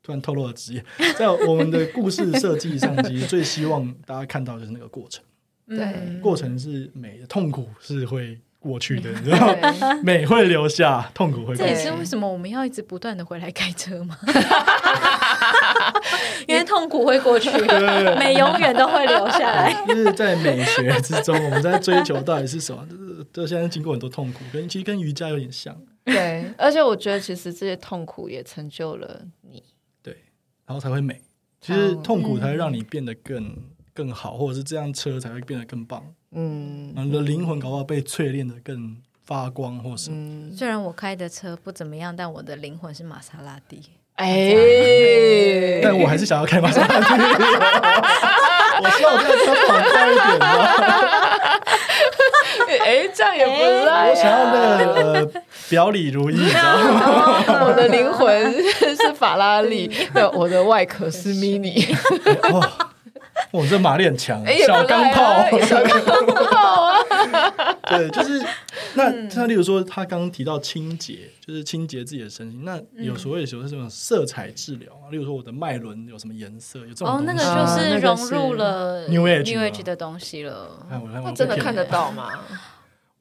Speaker 3: 突然透露了职业， 在我们的故事设计上，其实最希望大家看到的就是那个过程，
Speaker 2: 嗯
Speaker 1: 对
Speaker 3: 过程是美的，痛苦是会过去 的，你知道吗，
Speaker 1: 对
Speaker 3: 美会留下，痛苦会
Speaker 2: 这
Speaker 3: 过
Speaker 2: 也
Speaker 3: 去。
Speaker 2: 是为什么我们要一直不断的回来开车吗？ 因为痛苦会过去，美永远都会留下来。
Speaker 3: 就是在美学之中，我们在追求到底是什么？就是就现在经过很多痛苦，跟其实跟瑜伽有点像，
Speaker 1: 对，而且我觉得其实这些痛苦也成就了你。
Speaker 3: 对，然后才会美。其实
Speaker 1: 哦
Speaker 3: 痛苦才会让你变得更更好，或者是这辆车才会变得更棒。
Speaker 1: 嗯
Speaker 3: 你的灵魂搞不好被淬炼的更发光，或是、
Speaker 1: 嗯，
Speaker 2: 虽然我开的车不怎么样，但我的灵魂是玛莎拉蒂。
Speaker 1: 哎，
Speaker 3: 但我还是想要开玛莎拉蒂。我希望我这样车跑快一点吧。
Speaker 1: 哎，这样也不赖
Speaker 3: 我想要
Speaker 1: 啊。
Speaker 3: 那个呃表里如一，你知道吗？
Speaker 1: 我的灵魂是法拉 利，那我的外壳是 mini，
Speaker 3: 哇，我这马力很强，
Speaker 1: 哎，也不
Speaker 3: 小钢
Speaker 1: 赖啊
Speaker 3: 炮。
Speaker 1: 小钢炮 啊。嗯
Speaker 3: 对，就是那那例如说，他刚刚提到清洁，就是清洁自己的身心。那
Speaker 1: 嗯
Speaker 3: 有所谓的有这种色彩治疗啊，例如说我的脉轮有什么颜色，有这种
Speaker 2: 哦，那
Speaker 3: 东
Speaker 2: 个
Speaker 3: 西。
Speaker 1: 啊
Speaker 2: 就是
Speaker 1: 那个
Speaker 2: 融
Speaker 1: 是
Speaker 2: 入了
Speaker 3: New Age 嘛
Speaker 2: 的东西了。
Speaker 3: 哎， 我
Speaker 1: 那
Speaker 3: 我
Speaker 1: 真的
Speaker 3: 被骗
Speaker 1: 看
Speaker 3: 了
Speaker 1: 得到吗？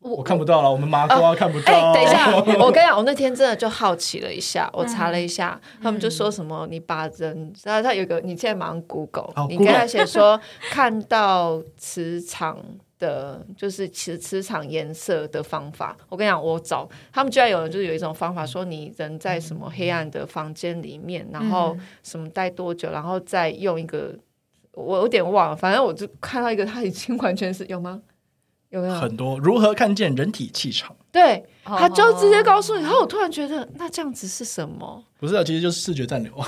Speaker 3: 我看不到了，我们麻瓜看不
Speaker 1: 哎、
Speaker 3: 到。
Speaker 1: 等一 下，我跟你讲，我那天真的就好奇了一下，我查了一下，他们就说什么你把人，然后他有个你现在马上 Google，、
Speaker 3: 好
Speaker 1: 你
Speaker 3: Google
Speaker 1: 跟他写说 看到磁场。的就是磁磁场颜色的方法，我跟你讲，我找他们居然有人就是有一种方法，说你人在什么黑暗的房间里面，然后什么待多久，然后再用一个，我有点忘了，反正我就看到一个，他已经完全是有吗？有没有？
Speaker 3: 很多如何看见人体气场？
Speaker 1: 对，
Speaker 2: 哦
Speaker 1: 他就直接告诉你。然后我突然觉得，那这样子是什么？
Speaker 3: 不是啊，其实就是视觉暂留。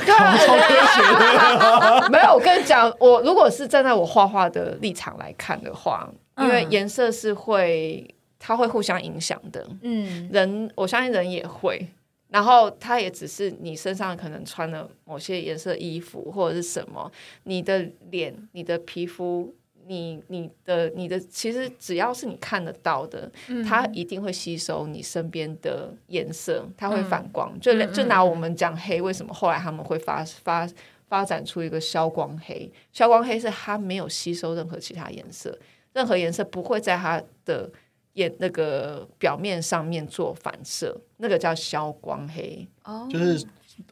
Speaker 1: 没有，我跟你讲，我如果是站在我画画的立场来看的话，因为
Speaker 2: 嗯
Speaker 1: 颜色是会，它会互相影响的。
Speaker 2: 嗯，
Speaker 1: 人，我相信人也会。然后，它也只是你身上可能穿了某些颜色衣服或者是什么，你的脸、你的皮肤、你、你的、你的，其实只要是你看得到的，它一定会吸收你身边的颜色，它会反光。就连就拿我们讲黑，为什么后来他们会发发发展出一个消光黑？消光黑是它没有吸收任何其他颜色，任何颜色不会在它的眼那个表面上面做反射，那个叫消光黑。
Speaker 2: 哦
Speaker 3: 就是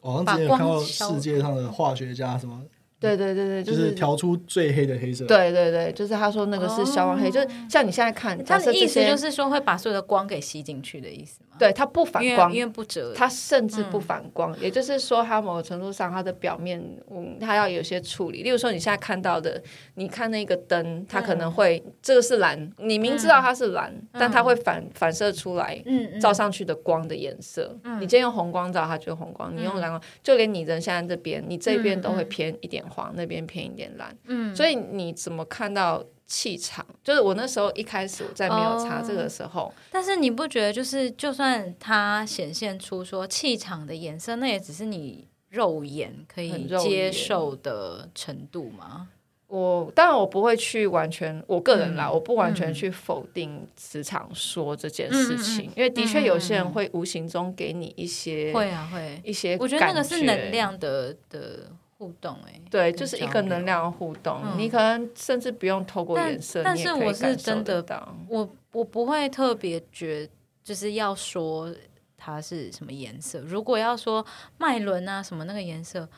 Speaker 3: 我好像之前有看过世界上的化学家什么，
Speaker 1: 对对对对，
Speaker 3: 就是是调出最黑的黑色。
Speaker 1: 对对对，就是他说那个是消光黑，就是像你现在看，
Speaker 2: 哦他
Speaker 1: 假设
Speaker 2: 的
Speaker 1: 这
Speaker 2: 意思
Speaker 1: 些，
Speaker 2: 就是说会把所有的光给吸进去的意思吗？
Speaker 1: 对它不反
Speaker 2: 因
Speaker 1: 光
Speaker 2: 为，因为嗯不折，
Speaker 1: 它甚至不反光，也就是说，它某个程度上它的表面，嗯，它要有些处理。例如说，你现在看到的，你看那个灯，它
Speaker 2: 嗯
Speaker 1: 可能会、这个是蓝，你明知道它是蓝，但它会反反射出来。
Speaker 2: 嗯嗯
Speaker 1: 照上去的光的颜色，你今天用红光照，它就是红
Speaker 2: 嗯
Speaker 1: 光；你用蓝光，就连你人现在这边，你这边都会偏一点黄，那边偏一点蓝。嗯，所以你怎么看到气场？就是我那时候一开始我在没有
Speaker 2: 哦
Speaker 1: 查这个的时候，
Speaker 2: 但是你不觉得就是就算它显现出说气场的颜色，那也只是你肉眼可以
Speaker 1: 很肉
Speaker 2: 接
Speaker 1: 眼
Speaker 2: 受的程度吗？
Speaker 1: 我当然我不会去完全，我个人啦，
Speaker 2: 嗯
Speaker 1: 我不完全去否定磁场说这件事
Speaker 2: 嗯
Speaker 1: 情，因为的确有些人会无形中给你一些、
Speaker 2: 会啊会，
Speaker 1: 一些，
Speaker 2: 我觉得那个是能。量的的互动哎、
Speaker 1: 对，
Speaker 2: 跟
Speaker 1: 就是一
Speaker 2: 交
Speaker 1: 个
Speaker 2: 流
Speaker 1: 能量互动，你可能甚至不用透过
Speaker 2: 但
Speaker 1: 颜色，
Speaker 2: 但
Speaker 1: 你也
Speaker 2: 是
Speaker 1: 可以
Speaker 2: 我是
Speaker 1: 感受
Speaker 2: 真的
Speaker 1: 得到。
Speaker 2: 我我不会特别觉，就是要说它是什么颜色。如果要说脉轮啊什么那个颜色，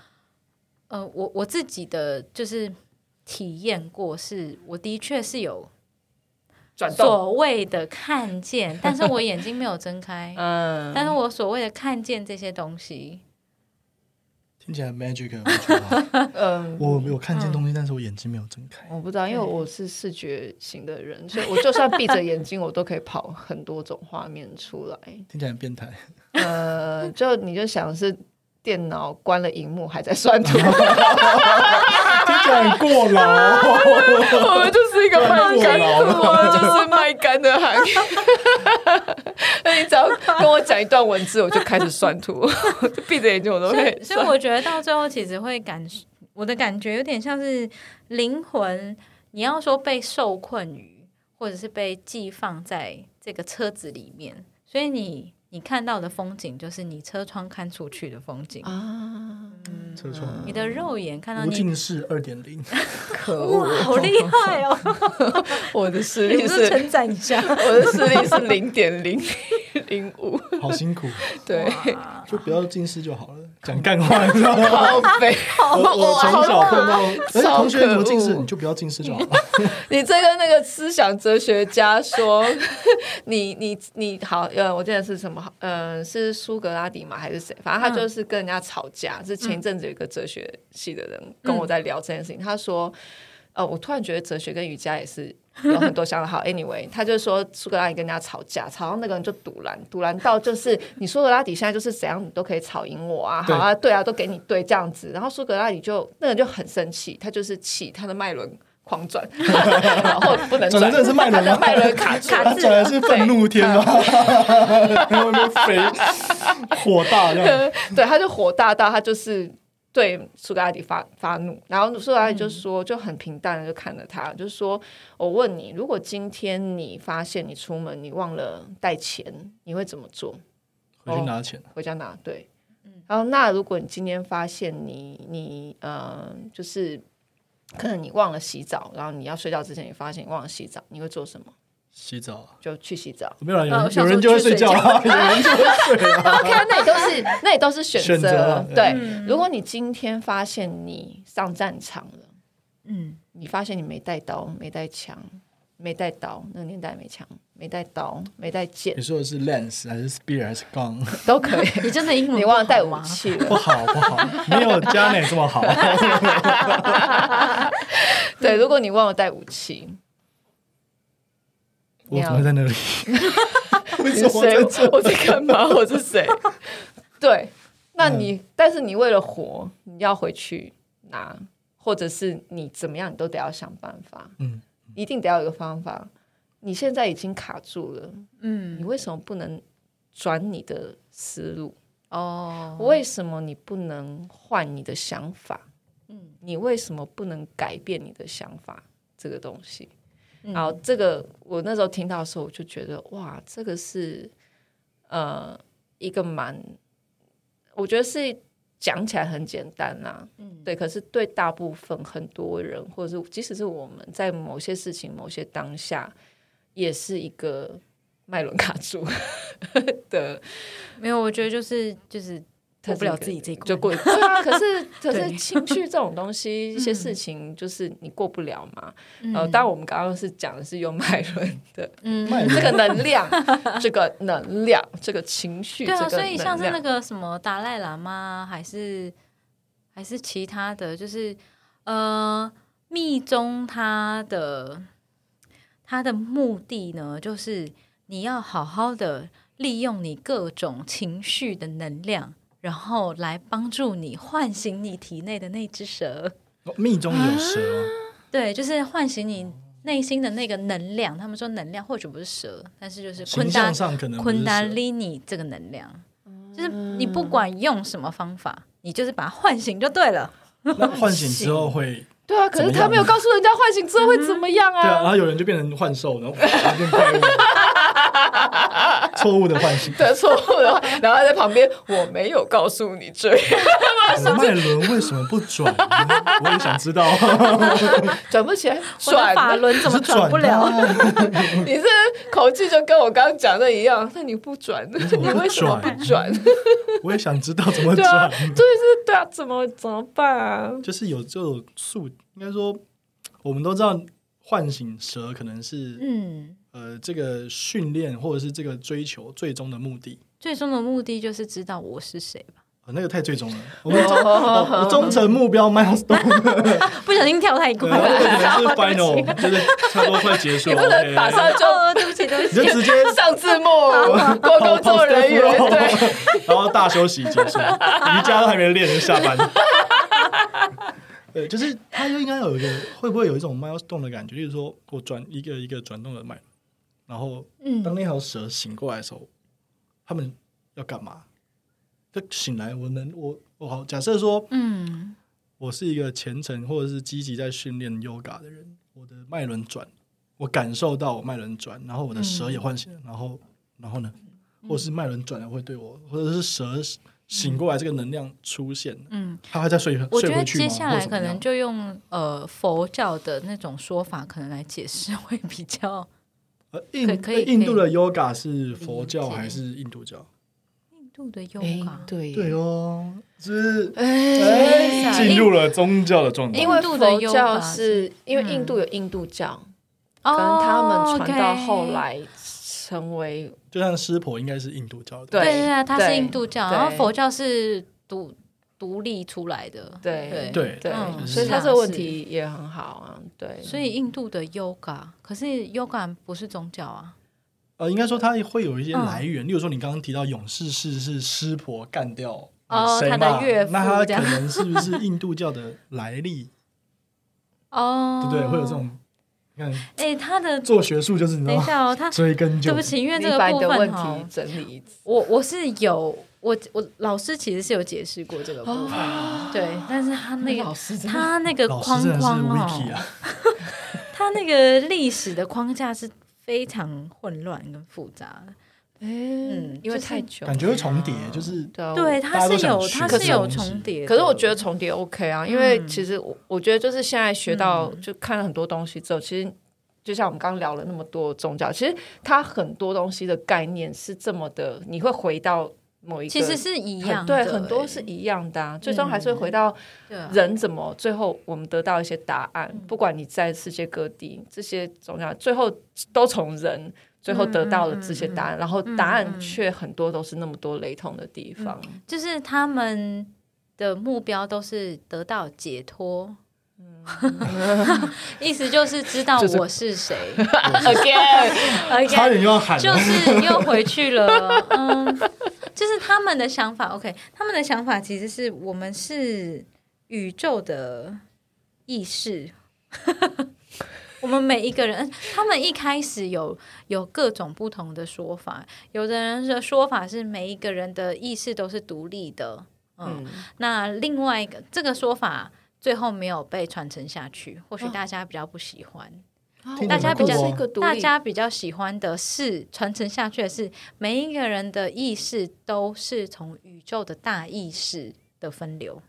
Speaker 2: 呃，我我自己的就是体验过是，我的确是有
Speaker 1: 转动，，
Speaker 2: 所谓的看见，但是我眼睛没有睁开
Speaker 1: 嗯，
Speaker 2: 但是我所谓的看见这些东西，
Speaker 3: 听起来很 magic，我觉 得
Speaker 1: 嗯，
Speaker 3: 我有看见东西，但是我眼睛没有睁
Speaker 2: 嗯
Speaker 3: 开。
Speaker 1: 我不知道，因为我是视觉型的人，所以我就算闭着眼睛，我都可以跑很多种画面出来。
Speaker 3: 听起来很变态，
Speaker 1: 呃，就你就想是电脑关了荧幕还在算 图，
Speaker 3: 听起来很过 劳。
Speaker 1: 我们就是一个卖干的，我们就是卖干的行业。 那你只要跟我讲一段文字，我就开始算图，闭着眼睛我都
Speaker 2: 所以
Speaker 1: 可以
Speaker 2: 所以
Speaker 1: 算。
Speaker 2: 我觉得到最后其实会感，我的感觉有点像是灵魂，你要说被受困于，或者是被寄放在这个车子里面，所以你你看到的风景就是你车窗看出去的风景，
Speaker 1: 啊，
Speaker 3: 车窗
Speaker 2: 你的肉眼看到
Speaker 3: 无
Speaker 2: 你。
Speaker 3: 尽视二点 零，
Speaker 1: 可
Speaker 2: 哇，
Speaker 1: 恶！
Speaker 2: 好厉害哦！
Speaker 1: 我的视
Speaker 2: 你
Speaker 1: 力
Speaker 2: 不是
Speaker 1: 是，
Speaker 2: 称赞一下？
Speaker 1: 我的视力是零点零零五，
Speaker 3: 好 辛苦，
Speaker 1: 对，
Speaker 2: 哇
Speaker 3: 就不要近视就好了。讲干话，你知道吗？
Speaker 1: 好肥。
Speaker 3: 我我
Speaker 2: 啊
Speaker 3: 从小碰到，哎，
Speaker 1: 超
Speaker 3: 同学怎么近视？
Speaker 1: 可恶
Speaker 3: 你就不要近视就好了。
Speaker 1: 你这跟那个思想哲学家说，你你你好，呃，我记得是什么，呃，是苏格拉底嘛，还是谁？反
Speaker 3: 嗯
Speaker 1: 正他就是跟人家吵架。是前一阵子有一个哲学系的
Speaker 3: 嗯
Speaker 1: 人跟我在聊这件事情，他说，呃，我突然觉得哲学跟瑜伽也是。有很多想法。 好，anyway，他就说苏格拉底跟人家吵架，吵到那个人就堵拦，堵拦到就是你苏格拉底现在就是怎样你都可以吵赢我啊，好啊，对啊，都给你对这样子。然后苏格拉底就那个人就很生气，他就是气他的脉轮狂转， 然后不能
Speaker 3: 转
Speaker 1: 转，
Speaker 3: 的真的是脉轮
Speaker 1: 它
Speaker 3: 吗
Speaker 1: 的 脉轮卡住，
Speaker 2: 卡
Speaker 3: 他
Speaker 2: 字
Speaker 3: 讲的是愤怒 天吗？在外面飞，火大这
Speaker 2: 哦
Speaker 3: 样。
Speaker 1: 对，他就火大到他就是对苏格拉底发发怒，然后苏格拉底就说，就很平淡的就看着他，就说：“我问你，如果今天你发现你出门你忘了带钱，你会怎么做？
Speaker 3: 回去拿钱，
Speaker 1: 回家拿？对，然后那如果你今天发现你你呃，就是可能你忘了洗澡，然后你要睡觉之前你发现你忘了洗澡，你会做什么？
Speaker 3: 洗澡啊。
Speaker 1: 就去洗澡。”
Speaker 3: 没有啦，有
Speaker 2: 呃我
Speaker 3: 人
Speaker 2: 想
Speaker 3: 有人
Speaker 2: 说
Speaker 3: 就会
Speaker 2: 去
Speaker 3: 睡
Speaker 2: 睡
Speaker 3: 觉啊啦，有人就会睡啦。
Speaker 1: OK，那也都是那也都是选
Speaker 3: 选择
Speaker 1: 择
Speaker 3: 啊。
Speaker 1: 对，如果你今天发现你上战场了，
Speaker 2: 嗯，
Speaker 1: 你发现你没带刀、没带枪、没带刀，那个年代没枪、没带刀、没带剑
Speaker 3: 你说的是 lens 还是 spear 还是 gun？
Speaker 1: 都 可以，
Speaker 2: 你真的英文
Speaker 1: 你忘了带
Speaker 2: 不好
Speaker 1: 武
Speaker 2: 吗？
Speaker 1: 器
Speaker 3: 不
Speaker 1: 了。
Speaker 3: 好不好，没有加奶这么好。
Speaker 1: 对，如果你忘了带武器，
Speaker 3: 我怎么会在那 里？为
Speaker 1: 你
Speaker 3: 什
Speaker 1: 是
Speaker 3: 么在
Speaker 1: 谁
Speaker 3: 这？？
Speaker 1: 我在干嘛？我是谁？对，那你、但是你为了活，你要回去拿，或者是你怎么样，你都得要想办法。
Speaker 3: 嗯，
Speaker 1: 一定得要有一个方法。你现在已经卡住了，
Speaker 2: 嗯，
Speaker 1: 你为什么不能转你的思路？
Speaker 2: 哦，
Speaker 1: 为什么你不能换你的想法？嗯，你为什么不能改变你的想法？这个东西，
Speaker 2: 嗯
Speaker 1: 然后这个我那时候听到的时候，我就觉得哇，这个是呃一个蛮，我觉得是讲起来很简单啦、
Speaker 2: 嗯
Speaker 1: 对，可是对大部分很多人，或者是即使是我们在某些事情、某些当下，也是一个脉轮卡住的。
Speaker 2: 没有，我觉得就是就是
Speaker 1: 它
Speaker 2: 过
Speaker 1: 是
Speaker 2: 不了
Speaker 1: 一个
Speaker 2: 自己这一关，
Speaker 1: 就过。对 啊，可是可
Speaker 2: 对嗯
Speaker 1: 是情绪这种东西，一些事情就是你过不了嘛。呃，当然我们刚刚是讲的是用脉轮的
Speaker 2: 嗯，
Speaker 3: 卖
Speaker 1: 这
Speaker 3: 人
Speaker 1: 个能量，这个能量，这个情绪，
Speaker 2: 对啊，
Speaker 1: 这个
Speaker 2: 所以像是
Speaker 1: 能
Speaker 2: 那
Speaker 1: 量
Speaker 2: 个什么达赖喇嘛，还是还是其他的，就是呃，密宗它的它的目的呢，就是你要好好的利用你各种情绪的能量。然后来帮助你唤醒你体内的那只蛇，
Speaker 3: 哦密宗有蛇哦，
Speaker 1: 啊
Speaker 2: 对，就是唤醒你内心的那个能量。他们说能量或许不是蛇，但是就是昆
Speaker 3: 形
Speaker 2: 达
Speaker 3: 象上可能不是
Speaker 2: 昆达
Speaker 3: 蛇
Speaker 2: 里尼这个能量，就是你不管用什么方法，你就是把它唤醒就对了。
Speaker 3: 那唤醒之后会
Speaker 1: 对啊，可
Speaker 3: 怎
Speaker 1: 是
Speaker 3: 么
Speaker 1: 他没有
Speaker 3: 样呢
Speaker 1: 告诉人家唤醒之后会怎么样
Speaker 3: 对啊，然
Speaker 1: 啊？
Speaker 3: 后有人就变成幻兽，然后然后变怪物，错误的唤醒。
Speaker 1: 对，啊错误的话，然后他在旁边，我没有告诉你这样，啊
Speaker 3: 脉轮为什么不转呢？我也想 知道，
Speaker 1: 转不起来，
Speaker 2: 我的
Speaker 1: 转
Speaker 2: 法轮怎么转不了？
Speaker 3: 我是转啊？
Speaker 1: 你这口气就跟我刚刚讲的一样，那你不转，你
Speaker 3: 怎么不
Speaker 1: 为什么
Speaker 3: 转
Speaker 1: 不转？
Speaker 3: 我也想知道怎么
Speaker 1: 对啊，
Speaker 3: 转。
Speaker 1: 对，是，对啊，怎么怎么办啊？
Speaker 3: 就是有这种素，应该说我们都知道，唤醒蛇可能是
Speaker 2: 嗯，
Speaker 3: 呃这个训练或者是这个追求最终的目的。
Speaker 2: 最终的目的就是知道我是谁吧。
Speaker 3: 啊，那个太 最终了，我们哦忠诚目标 milestone，
Speaker 2: 不小心跳太快
Speaker 3: 对然后这个可能是
Speaker 2: 了，
Speaker 3: final，就是差不多快结束
Speaker 1: 你
Speaker 3: 了
Speaker 1: 不能马
Speaker 3: OK，哎
Speaker 1: 上就
Speaker 2: 哦，对不起，对不
Speaker 3: 你就
Speaker 2: 起，
Speaker 3: 直接
Speaker 1: 上字 幕，过 工作人员对。
Speaker 3: 对， 然后大休息结 束，瑜伽都还没练就下班。 对，就是它就应该有一个，会不会有一种 milestone 的感觉？就是说我转一个一个转动的脉，然后当
Speaker 2: 嗯，
Speaker 3: 那条蛇醒过来的时候，他们要干嘛？就醒来，我能我我好，假设说
Speaker 2: 嗯，
Speaker 3: 我是一个虔诚或者是积极在训练 yoga 的人，我的脉轮转，我感受到我脉轮转，然后我的蛇也唤醒了，
Speaker 2: 嗯
Speaker 3: 然后然后呢，或者是脉轮转了会对我，或者是蛇醒过来这个能量出现，
Speaker 2: 嗯，
Speaker 3: 它会再睡
Speaker 2: 我觉
Speaker 3: 睡
Speaker 2: 得
Speaker 3: 回去吗？
Speaker 2: 接下
Speaker 3: 或者
Speaker 2: 来
Speaker 3: 怎么
Speaker 2: 可
Speaker 3: 样
Speaker 2: 能就用呃佛教的那种说法，可能来解释会比较
Speaker 3: 呃印
Speaker 2: 可以可以
Speaker 3: 印度的 yoga 是佛
Speaker 2: 理
Speaker 3: 教
Speaker 2: 解
Speaker 3: 还是印度教？
Speaker 2: 印度的优
Speaker 1: 哎
Speaker 2: 雅。
Speaker 1: 对
Speaker 3: 对哦，就是
Speaker 1: 哎
Speaker 3: 进入了宗教的状态
Speaker 1: 因。为
Speaker 2: 印度的
Speaker 1: 佛
Speaker 2: 优
Speaker 1: 教
Speaker 2: 法嗯
Speaker 1: 是因为印度有印度教，可能他们传
Speaker 2: 哦
Speaker 1: 到后来成为
Speaker 3: 就像湿婆应该是印度教的，
Speaker 1: 对
Speaker 2: 对对对，它是
Speaker 1: 对
Speaker 2: 印度教，
Speaker 1: 对
Speaker 2: 然后佛教是独独立出来的，
Speaker 1: 对
Speaker 3: 对
Speaker 1: 对
Speaker 2: 嗯，
Speaker 1: 所以
Speaker 2: 是
Speaker 1: 他
Speaker 2: 啊
Speaker 1: 这个问题也很好啊。对，
Speaker 2: 所以印度的 yoga，可是 yoga 不是宗教啊，
Speaker 3: 呃，应该说它会有一
Speaker 2: 嗯
Speaker 3: 些来源，例如说你刚刚提到勇士是是湿婆干掉
Speaker 2: 哦
Speaker 3: 谁
Speaker 2: 他的
Speaker 3: 嘛
Speaker 2: 岳父
Speaker 3: 那
Speaker 2: 这
Speaker 3: 他
Speaker 2: 样
Speaker 3: 可能是不是印度教的来历？
Speaker 2: 哦，
Speaker 3: 对不对？会有这种，你看
Speaker 2: 哎，他 的
Speaker 3: 做学术就是你知
Speaker 2: 等
Speaker 3: 道
Speaker 2: 一
Speaker 3: 吗
Speaker 2: 下哦，他
Speaker 3: 追根
Speaker 2: 对
Speaker 3: 究
Speaker 2: 不
Speaker 3: 底，
Speaker 2: 起，因为
Speaker 1: 你
Speaker 2: 这个
Speaker 1: 把你
Speaker 2: 部
Speaker 1: 的问
Speaker 2: 分
Speaker 1: 题
Speaker 2: 哈，
Speaker 1: 整理一次。
Speaker 2: 我我是有我我老师其实是有解释过这个部分，
Speaker 3: 哦
Speaker 2: 对，但是他哦那
Speaker 1: 老
Speaker 2: 个
Speaker 1: 师真的
Speaker 2: 他那个
Speaker 3: 老师
Speaker 2: 框
Speaker 3: 真的是
Speaker 2: 框
Speaker 3: 无
Speaker 2: 哦
Speaker 3: 体，啊，
Speaker 2: 他那个历史的框架是非常混乱跟复杂的，
Speaker 1: 嗯，因为
Speaker 2: 就是
Speaker 1: 太久了，
Speaker 3: 感觉会重叠，就是
Speaker 1: 对啊，
Speaker 2: 对，
Speaker 3: 大家
Speaker 2: 它
Speaker 3: 都
Speaker 2: 是
Speaker 3: 想
Speaker 2: 有
Speaker 3: 学
Speaker 2: 它是
Speaker 3: 这个
Speaker 2: 有
Speaker 3: 东西
Speaker 2: 重叠的，嗯
Speaker 1: 可是我觉得重叠 OK 啊，因为其实我我觉得就是现在学到、就看了很多东西之后，其实就像我们刚刚聊了那么多宗教，其实它很多东西的概念是这么的，你会回到某一个
Speaker 2: 其实是一
Speaker 1: 很
Speaker 2: 样的
Speaker 1: 对
Speaker 2: 欸，
Speaker 1: 很多是一样的、啊，最终还是会回到
Speaker 2: 对啊
Speaker 1: 人怎么、最后我们得到一些答案，
Speaker 2: 嗯
Speaker 1: 不管你在世界各地这些宗教，最后都从人。最后得到了这些
Speaker 2: 嗯
Speaker 1: 答案，然后答案却很多都是那么多雷同的地方。
Speaker 2: 就是他们的目标都是得到解脱。嗯 意思就是知道
Speaker 1: 就是
Speaker 2: 我是 谁
Speaker 1: Again，
Speaker 3: 差
Speaker 2: ，OK，
Speaker 3: 点又要喊
Speaker 2: 就
Speaker 3: 了。
Speaker 2: 是又回去了。嗯，就是他们的想法，OK，他们的想法其实是我们是宇宙的意识， 我们每一个人，嗯他们一开始有有各种不同的说法，有的人的说法是每一个人的意识都是独立的，嗯，
Speaker 1: 嗯，
Speaker 2: 那另外一个这个说法最后没有被传承下去，或许大家比较不喜欢。
Speaker 3: 听
Speaker 2: 大家比较
Speaker 1: 是一个独立，
Speaker 2: 大家比较喜欢的是传承下去的是每一个人的意识都是从宇宙的大意识的分流，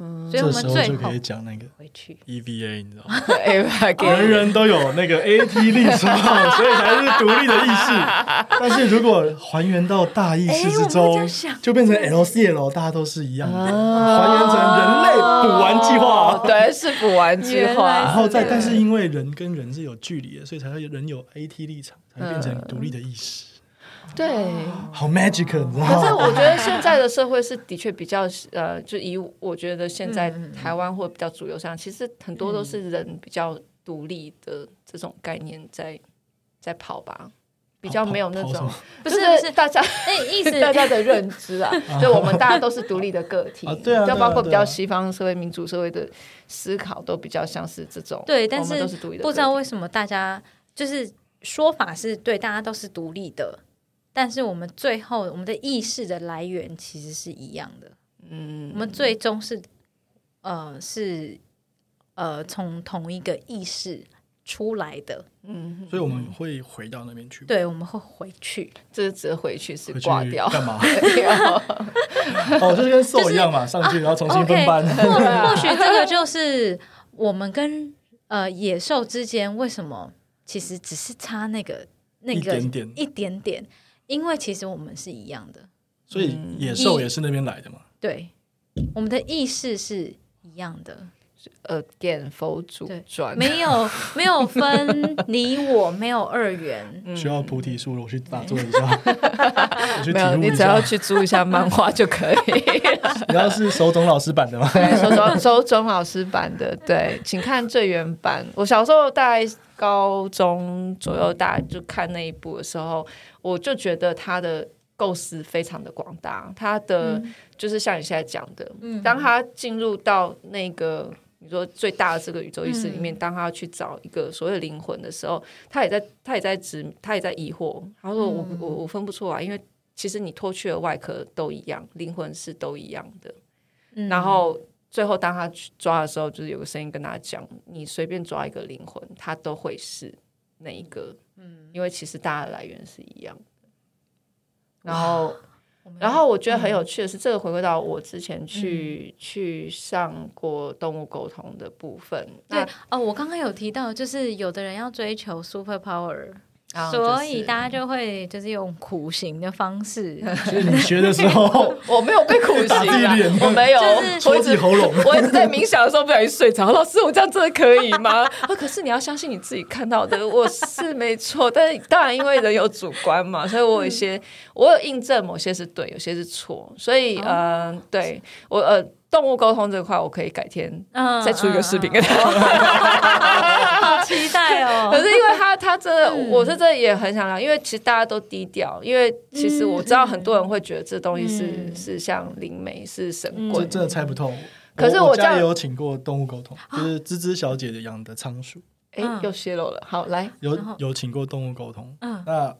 Speaker 1: 嗯
Speaker 2: 所以
Speaker 3: 这
Speaker 2: 我
Speaker 3: 时
Speaker 2: 们
Speaker 3: 候
Speaker 2: 最
Speaker 3: 就
Speaker 2: 后
Speaker 3: 可以讲那个 E
Speaker 2: 回去。
Speaker 3: EVA，你知道 吗？
Speaker 1: 哎， 给
Speaker 3: 人人都有那个 AT 立场，所以才是独立的意识。但是如果还原到大意识之
Speaker 2: 哎我
Speaker 3: 中
Speaker 2: 在想，
Speaker 3: 就变成 LCL，大家都是一样的，
Speaker 1: 啊
Speaker 3: 还原成人类补完计划。
Speaker 1: 对，是补完计
Speaker 2: 原
Speaker 1: 划，
Speaker 2: 来
Speaker 3: 然后再，
Speaker 2: 对
Speaker 3: 但是因为人跟人是有距离的，所以才会人有 AT 立场，才会变成独立的意识。
Speaker 1: 对。
Speaker 3: 好 magic，你知
Speaker 1: 嗯可是
Speaker 3: 道吗？
Speaker 1: 我觉得现在的社会是的确比较呃，就以我觉得现在
Speaker 3: 嗯
Speaker 1: 台湾或比较主流上，其实很多都是人比较独立的这种概念在在跑吧，比较没有那
Speaker 3: 跑跑
Speaker 1: 种
Speaker 3: 跑
Speaker 2: 不
Speaker 1: 就是
Speaker 2: 不是，
Speaker 1: 大家
Speaker 2: 哎、 意
Speaker 1: 大
Speaker 2: 思
Speaker 1: 家的认知啊，对我们大家都是独立的个体
Speaker 3: 啊，对啊
Speaker 1: 就包括
Speaker 3: 对啊对啊
Speaker 1: 比较西方社会、民主社会的思考都比较像是这种，
Speaker 2: 对，但
Speaker 1: 我们都是独立的个体，
Speaker 2: 不知道为什么大家就是说法是对，大家都是独立的，但是我们最后我们的意识的来源其实是一样的。
Speaker 1: 嗯
Speaker 2: 我们最终是呃是呃从同一个意识出来的，
Speaker 1: 嗯，
Speaker 3: 所以我们会回到那边去，
Speaker 2: 对，我们会回去。
Speaker 1: 这只回去是
Speaker 3: 回去
Speaker 1: 挂 掉，
Speaker 3: 干嘛？
Speaker 1: 对
Speaker 3: 哦，就是跟兽一样嘛，
Speaker 1: 啊
Speaker 3: 上去然后重新分
Speaker 2: OK，
Speaker 3: 班。
Speaker 2: 或 或许这个就是我们跟呃野兽之间为什么其实只是差那个那个
Speaker 3: 一点点
Speaker 2: 一点点因为其实我们是一样的，
Speaker 3: 所以野
Speaker 1: 嗯
Speaker 3: 兽也是那边来的嘛。
Speaker 2: 对，我们的意识是一样的。
Speaker 1: ，again 佛祖
Speaker 2: 对
Speaker 1: 传，
Speaker 2: 没 有没有分你我，没有二元，
Speaker 1: 嗯
Speaker 3: 需要菩提树，我去打坐 一下，我去体
Speaker 1: 没有，
Speaker 3: 悟
Speaker 1: 你
Speaker 3: 一
Speaker 1: 只要
Speaker 3: 下。
Speaker 1: 去租一下漫画就可以。
Speaker 3: 你要是手冢老师版的 吗？
Speaker 1: 对，周周周钟老师版的，对，请看最原版。我小时候大概高中左右，大概就看那一部的时候，我就觉得他的构思非常的广大，他的、就是像你现在讲的，当他进入到那个。你说最大的这个宇宙意识里面，当他去找一个所谓灵魂的时候，他也在，他也在指，他也在疑惑。他说我：“我我分不出来，因为其实你脱去了外壳都一样，灵魂是都一样的。”
Speaker 2: 嗯
Speaker 1: 然后最后当他去抓的时候，就是有个声音跟他讲：“你随便抓一个灵魂，他都会是那一个。”嗯，因为其实大家的来源是一样的。然后，然后我觉得很
Speaker 3: 嗯
Speaker 1: 有趣的是，这个回归到我之前去、去上过动物沟通的部分。
Speaker 2: 对
Speaker 1: 那
Speaker 2: 哦，我刚刚有提到，就是有的人要追求 super power，、
Speaker 1: 啊
Speaker 2: 所以
Speaker 1: 就是
Speaker 2: 大家就会就是用苦行的方式，
Speaker 3: 所以你学的时候
Speaker 1: 我没有被苦刑
Speaker 3: 打自己
Speaker 1: 啊
Speaker 3: 脸，
Speaker 1: 我没有，
Speaker 2: 就是
Speaker 1: 我
Speaker 3: 戳
Speaker 1: 一
Speaker 3: 自己
Speaker 1: 直
Speaker 3: 喉咙，
Speaker 1: 我一直在冥想的时候不小心睡着，老师，我这样真的可以吗？ 啊，可是你要相信你自己看到的， 我是没错，但是当然因为人有主观嘛，所以我有一些我有印证某些是对，有些是错，所以嗯、
Speaker 2: 哦
Speaker 1: 呃对我呃动物沟通这块我可以改天
Speaker 2: 嗯，
Speaker 1: 再出一个视频
Speaker 2: 嗯，
Speaker 1: 给大家。
Speaker 2: 嗯好期待哦。
Speaker 1: 可是因为他 他真的，
Speaker 2: 嗯
Speaker 1: 我是真的也很想聊，因为其实大家都低调，因为其实我知道很多人会觉得这东西是、
Speaker 2: 嗯
Speaker 1: 是像灵媒是神
Speaker 3: 这
Speaker 1: 棍，
Speaker 3: 真的猜不透。
Speaker 1: 可是
Speaker 3: 我
Speaker 1: 我这啊
Speaker 3: 家
Speaker 1: 样
Speaker 3: 也有请过动物沟通，就是芝芝小姐养的仓鼠，
Speaker 1: 哎、
Speaker 2: 嗯
Speaker 1: 又泄露了。好，来，
Speaker 3: 有
Speaker 2: 然后
Speaker 3: 有请过动物沟通。
Speaker 2: 嗯
Speaker 3: 那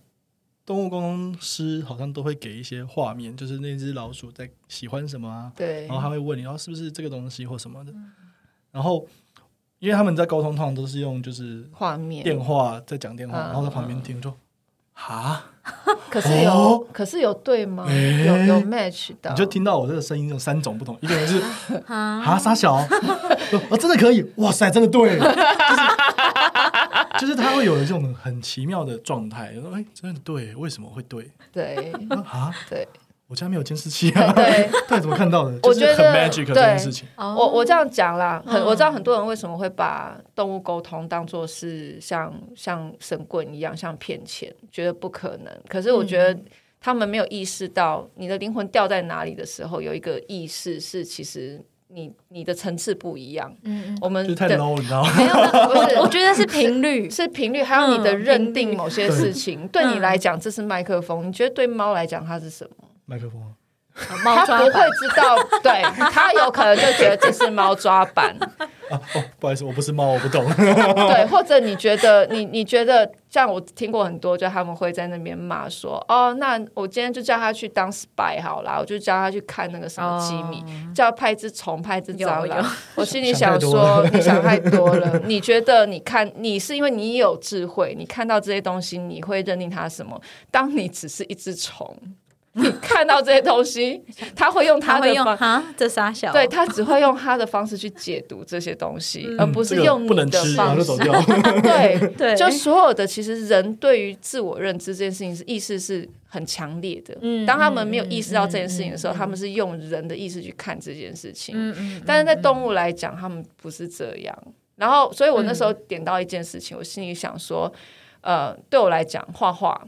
Speaker 3: 动物沟通师好像都会给一些画面，就是那只老鼠在喜欢什么啊，
Speaker 1: 对嗯
Speaker 3: 然，后他会问你，然后是不是这个东西或什么的。然后，因为他们在沟通，通常都是用就是
Speaker 1: 画面
Speaker 3: 电。话在讲电话，
Speaker 1: 嗯
Speaker 3: 然后在旁边听就啊，
Speaker 1: 可是有，
Speaker 3: 哦
Speaker 1: 可是有对吗？
Speaker 3: 哎
Speaker 1: 有有 match 到？
Speaker 3: 你就听到我这个声音有三种不同，一个 人是
Speaker 2: 啊，
Speaker 3: 啊傻小，我真的可以，哇塞，真的对，就是就是他会有一种很奇妙的状态，说哎，真的对，为什么会对
Speaker 1: 对
Speaker 3: 啊？
Speaker 1: 对，
Speaker 3: 我家没有监视器 啊，
Speaker 1: 对
Speaker 3: 到底怎么看到的？
Speaker 1: 我
Speaker 3: 就是
Speaker 1: 觉得
Speaker 3: 很 magic 这件事情，
Speaker 2: 哦
Speaker 1: 我我这样讲啦，很
Speaker 2: 嗯
Speaker 1: 我知道很多人为什么会把动物沟通当做是像像神棍一样，像骗钱，觉得不可能。可是我觉
Speaker 2: 嗯
Speaker 1: 得他们没有意识到你的灵魂掉在哪里的时候，有一个意识是其实你你的层次不一样。
Speaker 2: 嗯嗯，
Speaker 1: 我们
Speaker 3: 就是太
Speaker 1: 的
Speaker 3: low，你知道吗？
Speaker 1: 没有不是
Speaker 2: 我觉得是频 率，
Speaker 1: 是频率，还有你的
Speaker 2: 嗯
Speaker 1: 认
Speaker 2: 频
Speaker 1: 定
Speaker 2: 率嗯
Speaker 1: 某些
Speaker 3: 对
Speaker 1: 事情，对你来讲这是麦克风，你觉得对猫来讲它是什么？
Speaker 3: 麦克风啊，
Speaker 1: 它
Speaker 2: 猫抓
Speaker 1: 不会知 道，对它有可能就觉得这是猫抓板，
Speaker 3: 哦，不好意思，我不是猫，我不懂。
Speaker 1: 对，或者你觉得你你觉得像我听过很多，就他们会在那边骂说，哦，那我今天就叫他去当 spy 好啦，我就叫他去看那个什么机密，叫他派一只虫，派一只蟑
Speaker 2: 哦有
Speaker 1: 螂
Speaker 2: 有。
Speaker 1: 我心里想
Speaker 3: 想太多了
Speaker 1: 说，你想太多了。你觉得你看你是因为你有智慧，你看到这些东西，你会认定它什么？当你只是一只虫，你看到这些 东西，他会用他
Speaker 2: 他会
Speaker 1: 的
Speaker 2: 用
Speaker 1: 方。
Speaker 2: 哈这傻小，
Speaker 1: 对他只会用他的方式去解读这些东西，而呃不
Speaker 3: 这
Speaker 1: 是
Speaker 3: 个
Speaker 1: 用你
Speaker 3: 不能
Speaker 1: 的
Speaker 3: 吃，然啊后
Speaker 1: 方
Speaker 3: 就
Speaker 1: 式。
Speaker 3: 走掉。
Speaker 1: 对
Speaker 2: 嗯对
Speaker 1: 就所有的其实人对于自我认知这件事情是意识是很强烈的。
Speaker 2: 嗯
Speaker 1: 当他们没有意识到这件事情的时
Speaker 2: 嗯
Speaker 1: 候，
Speaker 2: 嗯嗯
Speaker 1: 他们是用人的意识去看这件事情。
Speaker 2: 嗯嗯，
Speaker 1: 但是在动物来讲，他们不是这样。然后，所以我那时候
Speaker 2: 嗯
Speaker 1: 点到一件事情，我心里想说，呃，对我来讲，画画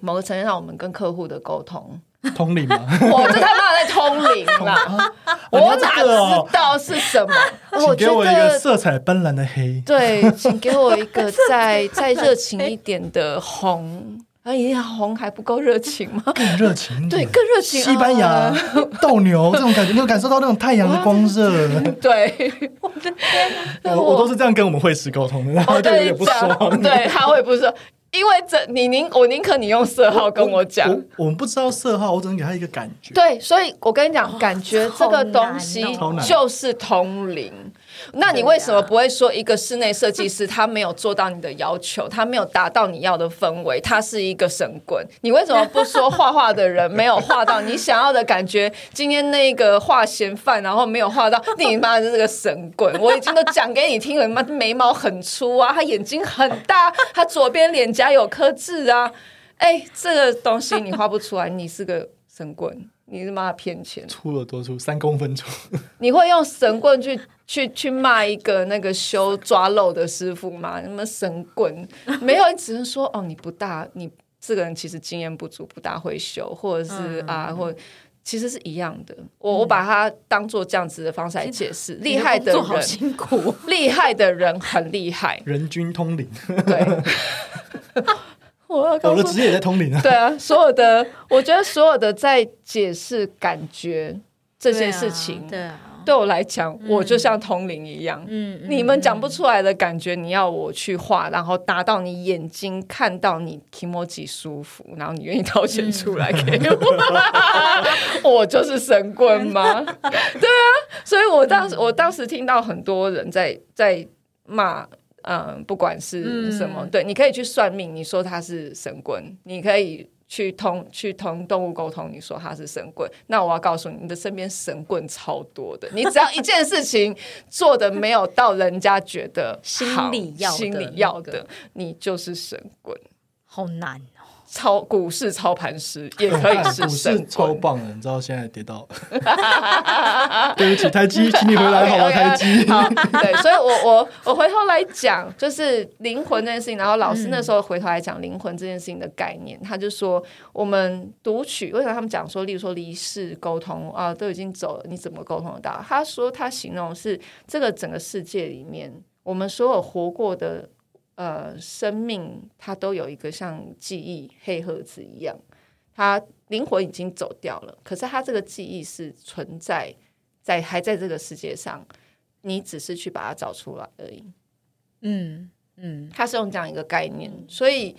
Speaker 1: 某个层面上，我们跟客户的沟通，
Speaker 3: 通灵吗？
Speaker 1: 我这他妈在通灵啦！
Speaker 3: 哦你要
Speaker 1: 我
Speaker 3: 这
Speaker 1: 哪
Speaker 3: 个哦
Speaker 1: 知道是什 么？
Speaker 3: 请给
Speaker 1: 觉
Speaker 3: 我一个
Speaker 1: 得
Speaker 3: 色彩斑斓的黑。
Speaker 1: 对，请给我一个再再热情一点的红。哎呀，红还不够热情吗？
Speaker 3: 更热情一
Speaker 1: 对，
Speaker 3: 点，
Speaker 1: 更热情。
Speaker 3: 西班牙
Speaker 1: 啊
Speaker 3: 斗牛这种感觉，你有感受到那种太阳的光热？
Speaker 1: 对，
Speaker 3: 我我都是这样跟我们会师沟通的，然后
Speaker 1: 我
Speaker 3: 就有
Speaker 1: 哦对
Speaker 3: 点
Speaker 1: 你
Speaker 3: 哦不
Speaker 1: 讲
Speaker 3: 爽，。
Speaker 1: 对，他会不说，因为这你宁我宁可你用色号跟我讲。
Speaker 3: 我们不知道色号，我只能给他一个感觉。
Speaker 1: 对，所以我跟你讲，感觉这个东西
Speaker 3: 超难哦
Speaker 1: 就是通灵。那你为什么不会说一个室内设计师他没有做到你的要求，他没有达到你要的氛围，他是一个神棍？你为什么不说画画的人没有画到你想要的感觉？今天那个画嫌犯，然后没有画到，你妈就是个神棍！我已经都讲给你听了，你妈眉毛很粗啊，他眼睛很大，他左边脸颊有颗痣啊。 哎，这个东西你画不出来，你是个神棍，你是妈骗钱。
Speaker 3: 粗了多粗，三公分粗，，
Speaker 1: 你会用神棍去去去骂一个那个修抓漏的师傅吗？什么神棍？没有，你只是说哦，你不大，你这个人其实经验不足，不大会修，或者是、啊，或其实是一样的。我、我把它当做这样子的方式来解释，厉害的
Speaker 2: 做好
Speaker 1: 人，
Speaker 2: 辛苦，
Speaker 1: 厉害的人很厉害
Speaker 3: 人均 通灵。
Speaker 1: 对。我要告
Speaker 3: 我
Speaker 1: 诉
Speaker 3: 的职业也在通灵啊。
Speaker 1: 对啊，所有的，我觉得所有的在解释感觉这件事情，
Speaker 2: 对啊，
Speaker 1: 啊对我嗯来讲，我就像通灵一样。
Speaker 2: 嗯
Speaker 1: 你们讲不出来的感觉，你要我去画，然后达到你眼睛看到你 i m o j i 舒服，然后你愿意掏
Speaker 2: 嗯
Speaker 1: 钱出来给我， 我就是神棍吗？ 对啊，所以我当时我当时听到很多人在在骂。嗯，不管是什么，对，你可以去算命，你说他是神棍，你可以去通去通动物沟通，你说他是神棍。那我要告诉你，你的身边神棍超多的，你只要一件事情做的没有到人家觉得好
Speaker 2: 心里要的
Speaker 1: 心里
Speaker 2: 那
Speaker 1: 要
Speaker 2: 个
Speaker 1: 的，你就是神棍。
Speaker 2: 好难哦，
Speaker 1: 操，股市操盘师也 可以是
Speaker 3: 股市
Speaker 1: 神
Speaker 3: 超
Speaker 1: 棍。
Speaker 3: 棒的，你知道现在跌到， 对不起，台积，请你回来好吗？台积，
Speaker 1: 好，对，所以我我我回头来讲，就是灵魂这件事情。然后老师那时候回头来讲灵魂这件事情的概念，他就说我们读取，为什么他们讲说，例如说离世沟通啊，都已经走了，你怎么沟通得到？他说他形容是这个整个世界里面，我们所有活过的呃生命，它都有一个像记忆黑盒子一样，它灵魂已经走掉了，可是它这个记忆是存在。在还在这个世界上，你只是去把它找出来而已。
Speaker 2: 嗯嗯，
Speaker 1: 它是用这样一个概念，所以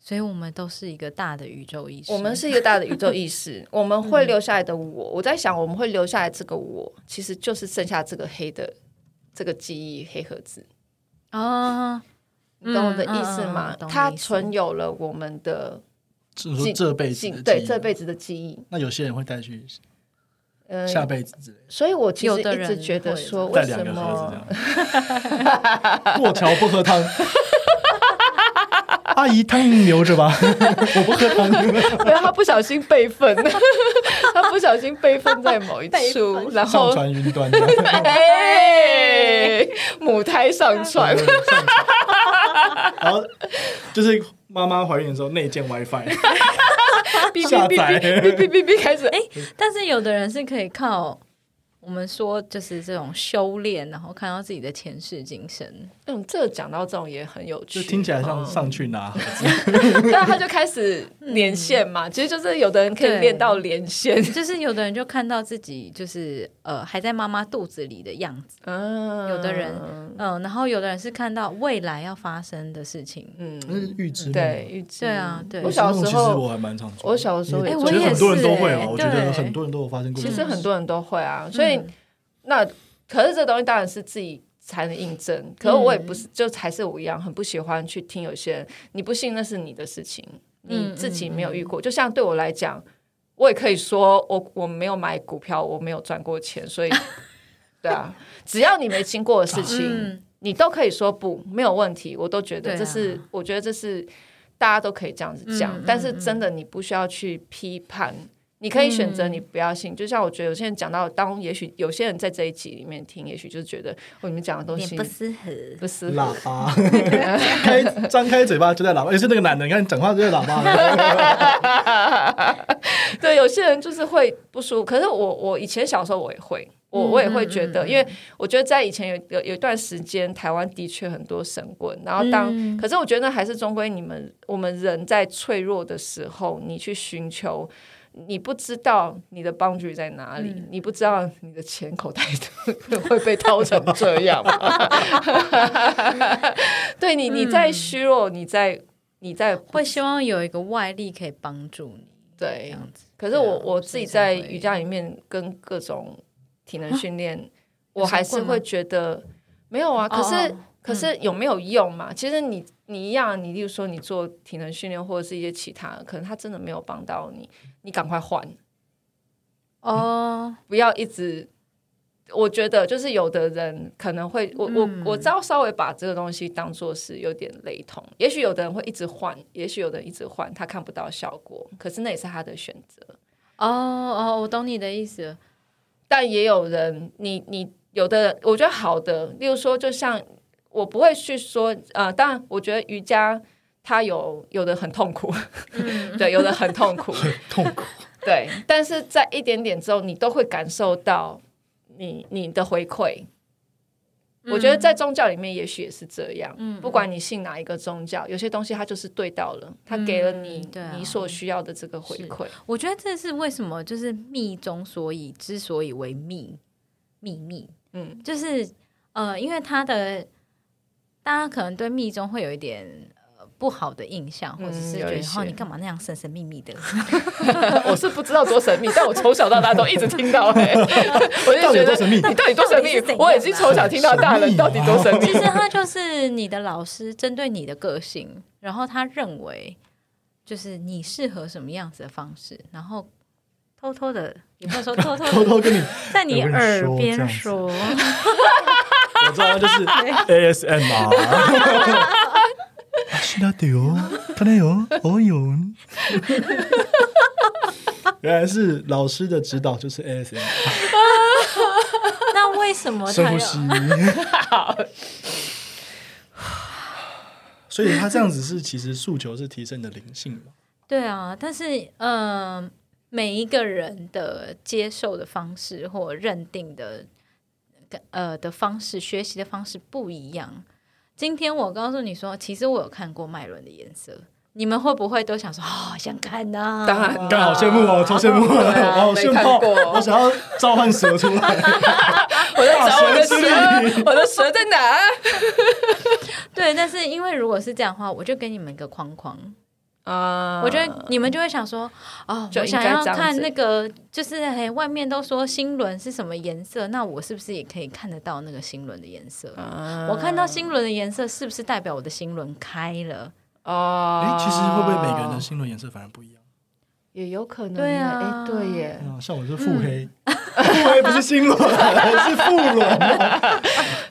Speaker 2: 所以我们都是一个大的宇宙意识。
Speaker 1: 我们是一个大的宇宙 意识，我们
Speaker 2: 嗯
Speaker 1: 会留下来的我，我在想我们会留下来这个我，其实就是剩下这个黑的这个记忆黑盒子，
Speaker 2: 啊，
Speaker 1: 你懂我的意思
Speaker 2: 嗯嗯
Speaker 1: 吗？
Speaker 2: 嗯懂你的意思
Speaker 1: 它存有了我们的
Speaker 3: 只是说
Speaker 1: 进
Speaker 3: 这辈子
Speaker 1: 进
Speaker 3: 的
Speaker 1: 对
Speaker 3: 记忆
Speaker 1: 这辈子的记忆，
Speaker 3: 那有些人会带去
Speaker 1: 嗯、
Speaker 3: 下辈子之类的，
Speaker 1: 所以我其
Speaker 2: 有
Speaker 1: 实
Speaker 2: 的
Speaker 1: 一直
Speaker 2: 人
Speaker 1: 觉得
Speaker 2: 会
Speaker 1: 说，
Speaker 3: 带
Speaker 1: 为
Speaker 3: 两
Speaker 1: 什
Speaker 3: 个盒
Speaker 1: 么？
Speaker 3: 子这样，过桥不 喝汤。阿姨，汤留着吧， 我不喝汤。
Speaker 1: 因为他不小心备份， 他不小心备份在某一处，然
Speaker 3: 上
Speaker 1: 后
Speaker 3: 传云端，
Speaker 1: 哎，母胎上 传
Speaker 3: 上，传 然后就是妈妈怀孕的时候内建 WiFi，
Speaker 1: 哔
Speaker 3: 下
Speaker 1: 哔哔
Speaker 3: 载
Speaker 1: 哔哔哔哔哔开始，哎，
Speaker 2: 但是有的人是可以靠我们说就是这种修炼，然后看到自己的前世今 生。
Speaker 1: 嗯，这讲到这种也很有趣，哦
Speaker 3: 就听起来像
Speaker 1: 嗯
Speaker 3: 上去拿盒子。
Speaker 1: 但他就开始连线嘛，其实就是有的人可以
Speaker 2: 对
Speaker 1: 练到连线，
Speaker 2: 就是有的人就看到自己就是呃还在妈妈肚子里的样子，
Speaker 1: 嗯，
Speaker 2: 有的人嗯、然后有的人是看到未来要发生的事情。
Speaker 3: 那
Speaker 1: 嗯，
Speaker 3: 是预知梦
Speaker 1: 对，预知
Speaker 2: 对啊对
Speaker 1: 我小
Speaker 3: 预知梦
Speaker 1: 时
Speaker 3: 其实
Speaker 1: 候，
Speaker 3: 我还蛮常做。
Speaker 1: 我小时候
Speaker 2: 哎
Speaker 1: 也
Speaker 2: 我
Speaker 3: 其
Speaker 1: 做
Speaker 3: 实
Speaker 2: 也
Speaker 3: 很多人都会
Speaker 2: 是哎
Speaker 3: 啊，我觉得
Speaker 2: 对
Speaker 3: 很多人都有发生过这
Speaker 1: 其
Speaker 3: 种事。
Speaker 1: 实很多人都会啊，所
Speaker 2: 嗯
Speaker 1: 以那可是这东西当然是自己才能印证。可是我也不
Speaker 2: 嗯
Speaker 1: 是，就还是我一样，很不喜欢去听有些人，你不信那是你的事情，
Speaker 2: 嗯
Speaker 1: 你自己没有遇过。就像对我来讲，我也可以说我我没有买股票，我没有赚过 钱，所以对啊，只要你没经过的事情，
Speaker 2: 嗯，
Speaker 1: 你都可以说不，没有问题，我都觉
Speaker 2: 对
Speaker 1: 得
Speaker 2: 啊
Speaker 1: 这是，我觉得这是大家都可以这样子讲
Speaker 2: 嗯嗯，
Speaker 1: 但是真的你不需要去批判。你可以选择你不要信，就像我觉得有些人讲到，当也许有些人在这一集里面听，也许就是觉得哦，你们讲的东
Speaker 2: 脸
Speaker 1: 西
Speaker 2: 不适合。
Speaker 1: 不适合
Speaker 3: 喇， 叭，开张开嘴巴就在喇叭，也是那个男的，你看讲话就在喇 叭。
Speaker 1: 对，有些人就是会不舒服。可是我我以前小时候我也会，我我也会觉
Speaker 2: 嗯
Speaker 1: 得，因为我觉得在以前有有有一段时间，台湾的确很多神棍，然后当、
Speaker 2: 嗯
Speaker 1: 可是我觉得还是终归你们我们人在脆弱的时候，你去寻求。你不知道你的 boundary 在哪里，
Speaker 2: 嗯
Speaker 1: 你不知道你的钱口袋 会被掏成这样吗？ 对你，你在虚弱，你在你在
Speaker 2: 嗯会希望有一个外力可以帮助你这
Speaker 1: 对，
Speaker 2: 样子。
Speaker 1: 可是我
Speaker 2: 对啊所
Speaker 1: 我
Speaker 2: 以
Speaker 1: 自己
Speaker 2: 才
Speaker 1: 在
Speaker 2: 会啊
Speaker 1: 瑜伽里面跟各种体能训练，
Speaker 2: 有
Speaker 1: 我还
Speaker 2: 神
Speaker 1: 是
Speaker 2: 棍吗
Speaker 1: 会觉得没有啊。可是、
Speaker 2: 哦
Speaker 1: 可是有没有用嘛？其实你你一样，你例如说你做体能训练或者是一些其他，可能它真的没有帮到你，你赶快换，
Speaker 2: 哦，
Speaker 1: 不要一直。我觉得就是有的人可能会，我我
Speaker 2: 嗯
Speaker 1: 我知道稍微把这个东西当做是有点雷同，也许有的人会一直换，也许有的人一直换，他看不到效果，可是那也是他的选择。
Speaker 2: 哦哦，我懂你的意思了。
Speaker 1: 但也有人，你你有的人，我觉得好的，例如说，就像我不会去说，呃，当然，我觉得瑜伽它有有的很痛苦，
Speaker 2: 嗯
Speaker 1: 对，有的很痛 苦，
Speaker 3: 痛苦，
Speaker 1: 对，但是在一点点之后，你都会感受到你你的回馈。
Speaker 2: 嗯
Speaker 1: 我觉得在宗教里面，也许也是这样。不管你信哪一个宗教，有些东西它就是对到了，它给了你、
Speaker 2: 嗯对啊
Speaker 1: 你所需要的这个回馈。
Speaker 2: 我觉得这是为什么，就是密中所以之所以为密秘密，
Speaker 1: 嗯，
Speaker 2: 就是呃，因为它的大家可能对密宗会有一点呃不好的印象，或者是觉
Speaker 1: 嗯有
Speaker 2: 得
Speaker 1: 一些
Speaker 2: 哦，你干嘛那样神神秘秘的？
Speaker 1: 我是不知道多神秘，但我从小到大都一直听到、 欸，我就觉
Speaker 3: 到底有多
Speaker 1: 得
Speaker 3: 神秘
Speaker 1: 你到底多神秘
Speaker 2: 到底是怎样啊？
Speaker 1: 我已经从小听到大人到底多神秘
Speaker 2: 其实。它就是你的老师针对你的个性，然后他认为就是你适合什么样子的方式，然后偷偷的，也不能说偷偷
Speaker 3: 偷
Speaker 2: 的，
Speaker 3: 偷跟你，
Speaker 2: 在你
Speaker 3: 有跟你
Speaker 2: 耳
Speaker 3: 说这
Speaker 2: 边
Speaker 3: 样子
Speaker 2: 说。
Speaker 3: 我知道就是 ASMR。是啊那的哟，他那哟，哦哟。原来是老师的指导就是 ASMR
Speaker 2: 那为什么
Speaker 3: 深
Speaker 2: 他
Speaker 3: 呼
Speaker 2: 要？
Speaker 3: 吸。所以他这样子是其实诉求是提升你的灵性嘛？
Speaker 2: 对啊，但是呃，每一个人的接受的方式或认定的呃的方式、学习的方式不一样。今天我告诉你说，其实我有看过麦伦的颜色，你们会不会都想说，哦，好想看呐、
Speaker 1: 当然
Speaker 3: 干好羡慕哦，超羡慕哦，
Speaker 1: 对啊
Speaker 3: 我 好
Speaker 1: 没
Speaker 3: 炫
Speaker 1: 看
Speaker 3: 炮，
Speaker 1: 过
Speaker 3: 我想要召唤蛇出来。
Speaker 1: 我在找我的
Speaker 3: 蛇之
Speaker 1: 蛇，我的蛇在哪？
Speaker 2: 对，但是因为如果是这样的话，我就给你们一个框框，
Speaker 1: 啊
Speaker 2: 我觉得你们就会想说，哦，
Speaker 1: 就
Speaker 2: 我
Speaker 1: 应该
Speaker 2: 想要
Speaker 1: 这样
Speaker 2: 看
Speaker 1: 子
Speaker 2: 那个，就是哎，外面都说星轮是什么颜色，那我是不是也可以看得到那个星轮的颜色？
Speaker 1: 啊
Speaker 2: 我看到星轮的颜色，是不是代表我的星轮开了？
Speaker 1: 哦，
Speaker 3: 哎，其实会不会每个人的心轮颜色反而不一样？
Speaker 1: 也有可能呢？
Speaker 2: 对啊
Speaker 1: 哎，对耶，
Speaker 3: 啊，像我是腹 黑，腹黑不是心轮，是腹轮。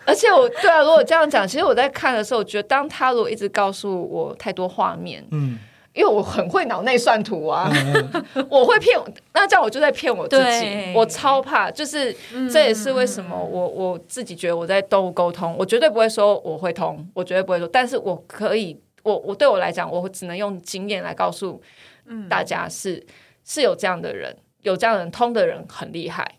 Speaker 1: 而且我对啊，如果这样讲，其实我在看的时候，我觉得当他如果一直告诉我太多画面，
Speaker 3: 嗯，
Speaker 1: 因为我很会脑内算图啊，我会骗，那这样我就在骗我自己
Speaker 2: 对，嗯
Speaker 1: 我超怕，就是这也是为什么我我自己觉得我在动物沟通，我绝对不会说我会通，我绝对不会说，但是我可以，我我对我来讲，我只能用经验来告诉
Speaker 2: 嗯
Speaker 1: 大家是、是有这样的人，有这样的人通的人很厉害，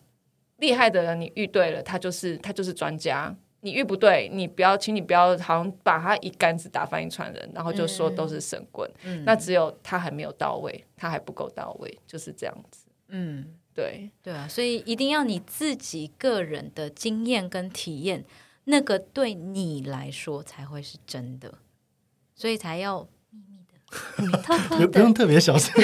Speaker 1: 厉害的人你遇对了，他就是他就是专家。你遇不对，你不要，请你不要，好像把他一竿子打翻一船人，然后就说都是神棍。
Speaker 2: 嗯
Speaker 1: 那只有他还没有到位，他还不够到位，就是这样子。
Speaker 2: 嗯。
Speaker 1: 对，
Speaker 2: 对啊，所以一定要你自己个人的经验跟体验，那个对你来说才会是真的，所以才要秘密的、偷
Speaker 3: 不
Speaker 2: 偷
Speaker 3: 用不
Speaker 2: 的。
Speaker 3: 用特别 小声，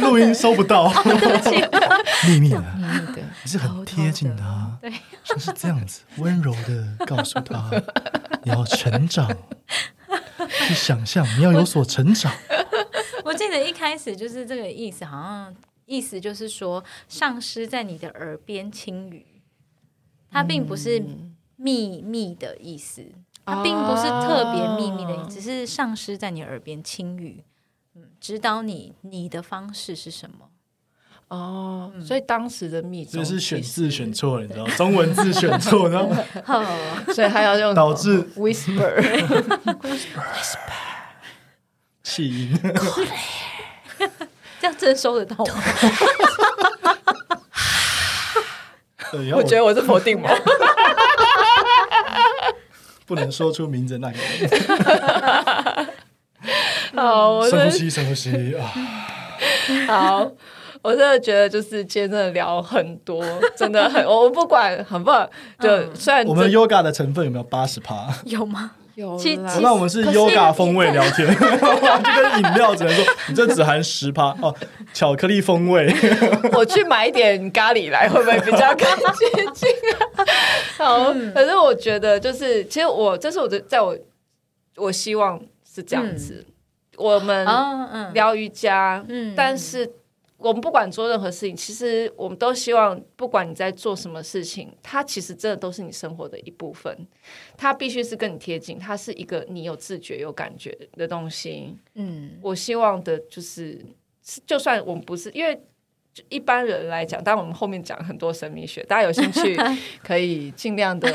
Speaker 3: 录音收不到，
Speaker 1: 哦
Speaker 2: 对不起，
Speaker 3: 秘密的，
Speaker 1: 嗯，对，哦
Speaker 3: 你是很贴近的啊，
Speaker 2: 对，
Speaker 3: 像是这样子，温柔的告诉他， 你要成长，去想象，你要有所成 长。
Speaker 2: 我记得一开始就是这个意思，好像意思就是说，上师在你的耳边轻语，它并不是
Speaker 1: 嗯
Speaker 2: 秘密的意思，它并不是特别秘密的
Speaker 1: 哦
Speaker 2: 意思，只是上师在你耳边轻语，嗯，指导你你的方式是什么。
Speaker 1: 哦，所以当时的密宗
Speaker 3: 这是选
Speaker 1: 其实
Speaker 3: 字选，错了，你知道吗，中文字选错，然后
Speaker 2: 哦，
Speaker 1: 所以他要用
Speaker 3: 导致
Speaker 1: whisper
Speaker 3: 气音。
Speaker 2: 这样真的收得到吗？
Speaker 3: 对，然后
Speaker 1: 我觉得我是否定吗？
Speaker 3: 不能说出名字那个人。
Speaker 1: 好，我
Speaker 3: 深
Speaker 1: 真的
Speaker 3: 呼吸，深呼吸啊！
Speaker 1: 好，我真的觉得就是今天真的聊很多，真的很，我不管很棒，就虽然
Speaker 3: 我们
Speaker 1: 这
Speaker 3: yoga 的成分有没有八十趴？
Speaker 2: 有 吗？
Speaker 1: 有
Speaker 2: 其
Speaker 1: 啦
Speaker 2: 其
Speaker 3: 哦
Speaker 2: 实
Speaker 3: 那我们是
Speaker 2: 可是
Speaker 3: yoga 风味聊 天，就跟饮料只能说你这只含十趴哦，巧克力 风味。
Speaker 1: 我去买一点咖喱来，会不会比较更接近啊？ 好，可是我觉得就是，其实我这是我的，在我我希望是这样子，我们
Speaker 2: 啊，嗯，
Speaker 1: 聊瑜伽，
Speaker 2: 嗯
Speaker 1: 但是我们不管做任何事情，其实我们都希望，不管你在做什么事情，它其实真的都是你生活的一部分，它必须是跟你贴近，它是一个你有自觉、有感觉的东西。
Speaker 2: 嗯
Speaker 1: 我希望的就是，是就算我们不是因为。就一般人来讲，当然我们后面讲很多神秘学，大家有 兴趣可以尽量的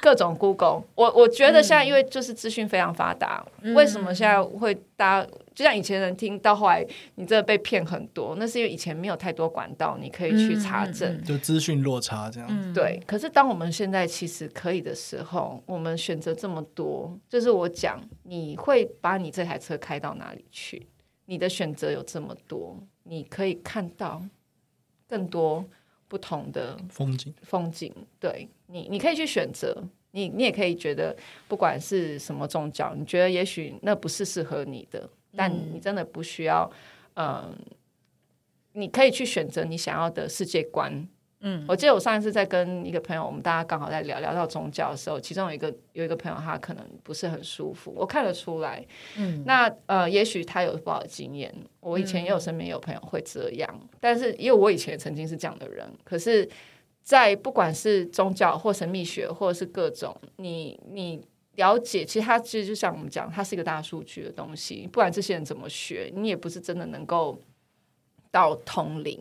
Speaker 1: 各种 Google。我我觉得现在因为就是资讯非常发达，
Speaker 2: 嗯
Speaker 1: 为什么现在会大家就像以前人听到后来你真的被骗很多，那是因为以前没有太多管道你可以去查证。
Speaker 2: 嗯嗯
Speaker 3: 就资讯落差这样。
Speaker 2: 嗯，
Speaker 1: 对，可是当我们现在其实可以的时候，我们选择这么多，就是我讲，你会把你这台车开到哪里去？你的选择有这么多，你可以看到更多不同的
Speaker 3: 风景，
Speaker 1: 风景。对你，你可以去选择，你你也可以觉得，不管是什么宗教，你觉得也许那不是适合你的，
Speaker 2: 嗯
Speaker 1: 但你真的不需要，嗯、你可以去选择你想要的世界观。
Speaker 2: 嗯，
Speaker 1: 我记得我上一次在跟一个朋友，我们大家刚好在聊聊到宗教的时候，其中有一个有一个朋友，他可能不是很舒服，我看得出来。
Speaker 2: 嗯，
Speaker 1: 那呃，也许他有不好的经验，我以前也有身边有朋友会这样，但是因为我以前也曾经是这样的人，可是，在不管是宗教或神秘学，或者是各种你你了解，其实它其实就像我们讲，它是一个大数据的东西。不管这些人怎么学，你也不是真的能够到通灵，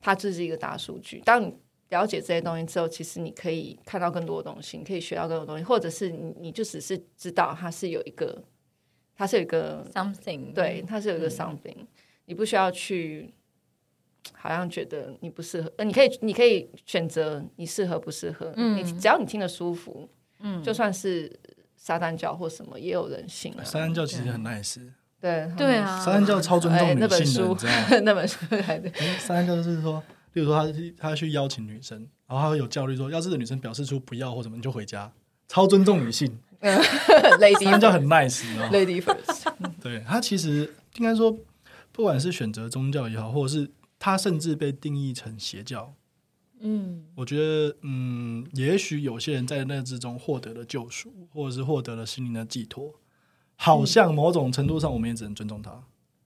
Speaker 1: 它就是一个大数据。当你了解这些东西之后，其实你可以看到更多的东西，你可以学到更多东西，或者是你你就只是知道它是有一个，它是有一个，
Speaker 2: ，something，
Speaker 1: 对，它是有一
Speaker 3: 嗯
Speaker 1: 个 something，、你不需要去。好像觉得你不适合，呃，你可以，你可以选择你适合不适合，
Speaker 2: 嗯
Speaker 1: 你只要你听得舒服，
Speaker 2: 嗯，
Speaker 1: 就算是撒旦教或什么，也有人信啊。
Speaker 3: 撒旦教其实很 nice，
Speaker 1: 对
Speaker 2: 对，嗯啊，
Speaker 3: 撒旦教超尊重
Speaker 1: 哎
Speaker 3: 女
Speaker 1: 那本
Speaker 3: 性的，
Speaker 1: 书
Speaker 3: 你知道吗？
Speaker 1: 那本书来的，
Speaker 3: 撒旦教就是说，例如说他去他去邀请女生，然后他会有教虑说，要是女生表示出不要或什么，你就回家，超尊重女性，撒旦
Speaker 1: Lady
Speaker 3: 教很 nice，你知道吗？
Speaker 1: Lady First，
Speaker 3: 对他其实应该说，不管是选择宗教也好，或者是他甚至被定义成邪教，
Speaker 2: 嗯
Speaker 3: 我觉得，嗯，也许有些人在那之中获得了救赎，或者是获得了心灵的寄托，好像某种程度上，我们也只能尊重他，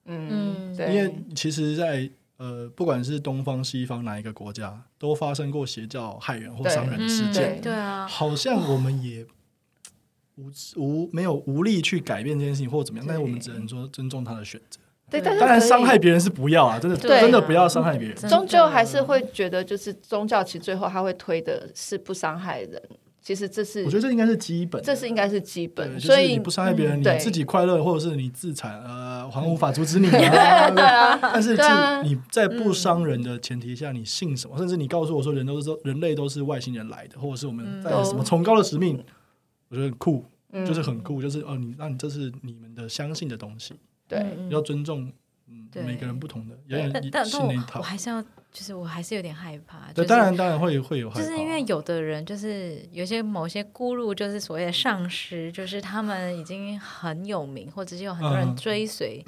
Speaker 1: 嗯，
Speaker 2: 嗯
Speaker 1: 对，
Speaker 3: 因为其实在，呃，不管是东方、西方哪一个国家，都发生过邪教害人或伤人的事
Speaker 2: 嗯，
Speaker 3: 件，
Speaker 2: 对对啊，
Speaker 3: 好像我们也无无没有无力去改变这件事情，或者怎么样，但是我们只能说尊重他的选择。
Speaker 1: 对，但是
Speaker 3: 当然，
Speaker 1: 可以
Speaker 3: 伤害别人是不要啊，真的，
Speaker 2: 对啊
Speaker 3: 真的不要伤害别人。
Speaker 2: 真的
Speaker 1: 终究还是会觉得，就是宗教其实最后他会推的是不伤害人，其实这是
Speaker 3: 我觉得这应该是基本的，
Speaker 1: 这是应该是基
Speaker 3: 对，
Speaker 2: 呃
Speaker 1: 本，
Speaker 3: 就
Speaker 1: 所
Speaker 3: 是你
Speaker 1: 以
Speaker 3: 不伤害
Speaker 2: 嗯
Speaker 3: 别人，你
Speaker 1: 对
Speaker 3: 自己快乐，或者是你自残，呃，好像无法阻止你 啊。对啊，但是
Speaker 1: 对啊
Speaker 3: 自你在不
Speaker 2: 嗯
Speaker 3: 伤人的前提下，你信什么？甚至你告诉我说，人都是人类都是外星人来的，或者是我们在
Speaker 1: 嗯
Speaker 3: 什么崇高的使命，我觉得很酷，
Speaker 1: 嗯
Speaker 3: 就是很酷，就是哦，你那你这是你们的相信的东西，
Speaker 1: 对，
Speaker 2: 嗯嗯
Speaker 3: 要尊重，嗯，
Speaker 2: 对
Speaker 3: 每个人不同的，有点
Speaker 2: 但但
Speaker 3: 信
Speaker 2: 但我
Speaker 3: 那一套
Speaker 2: 我。还是要，就是我还是有点害怕，就
Speaker 3: 对，
Speaker 2: 是
Speaker 3: 当然当然会会有害
Speaker 2: 就
Speaker 3: 怕，啊
Speaker 2: 是因为有的人就是有些某些咕噜，就是所谓的上师，就是他们已经很有名，或者是有很多人
Speaker 3: 嗯
Speaker 2: 追 随，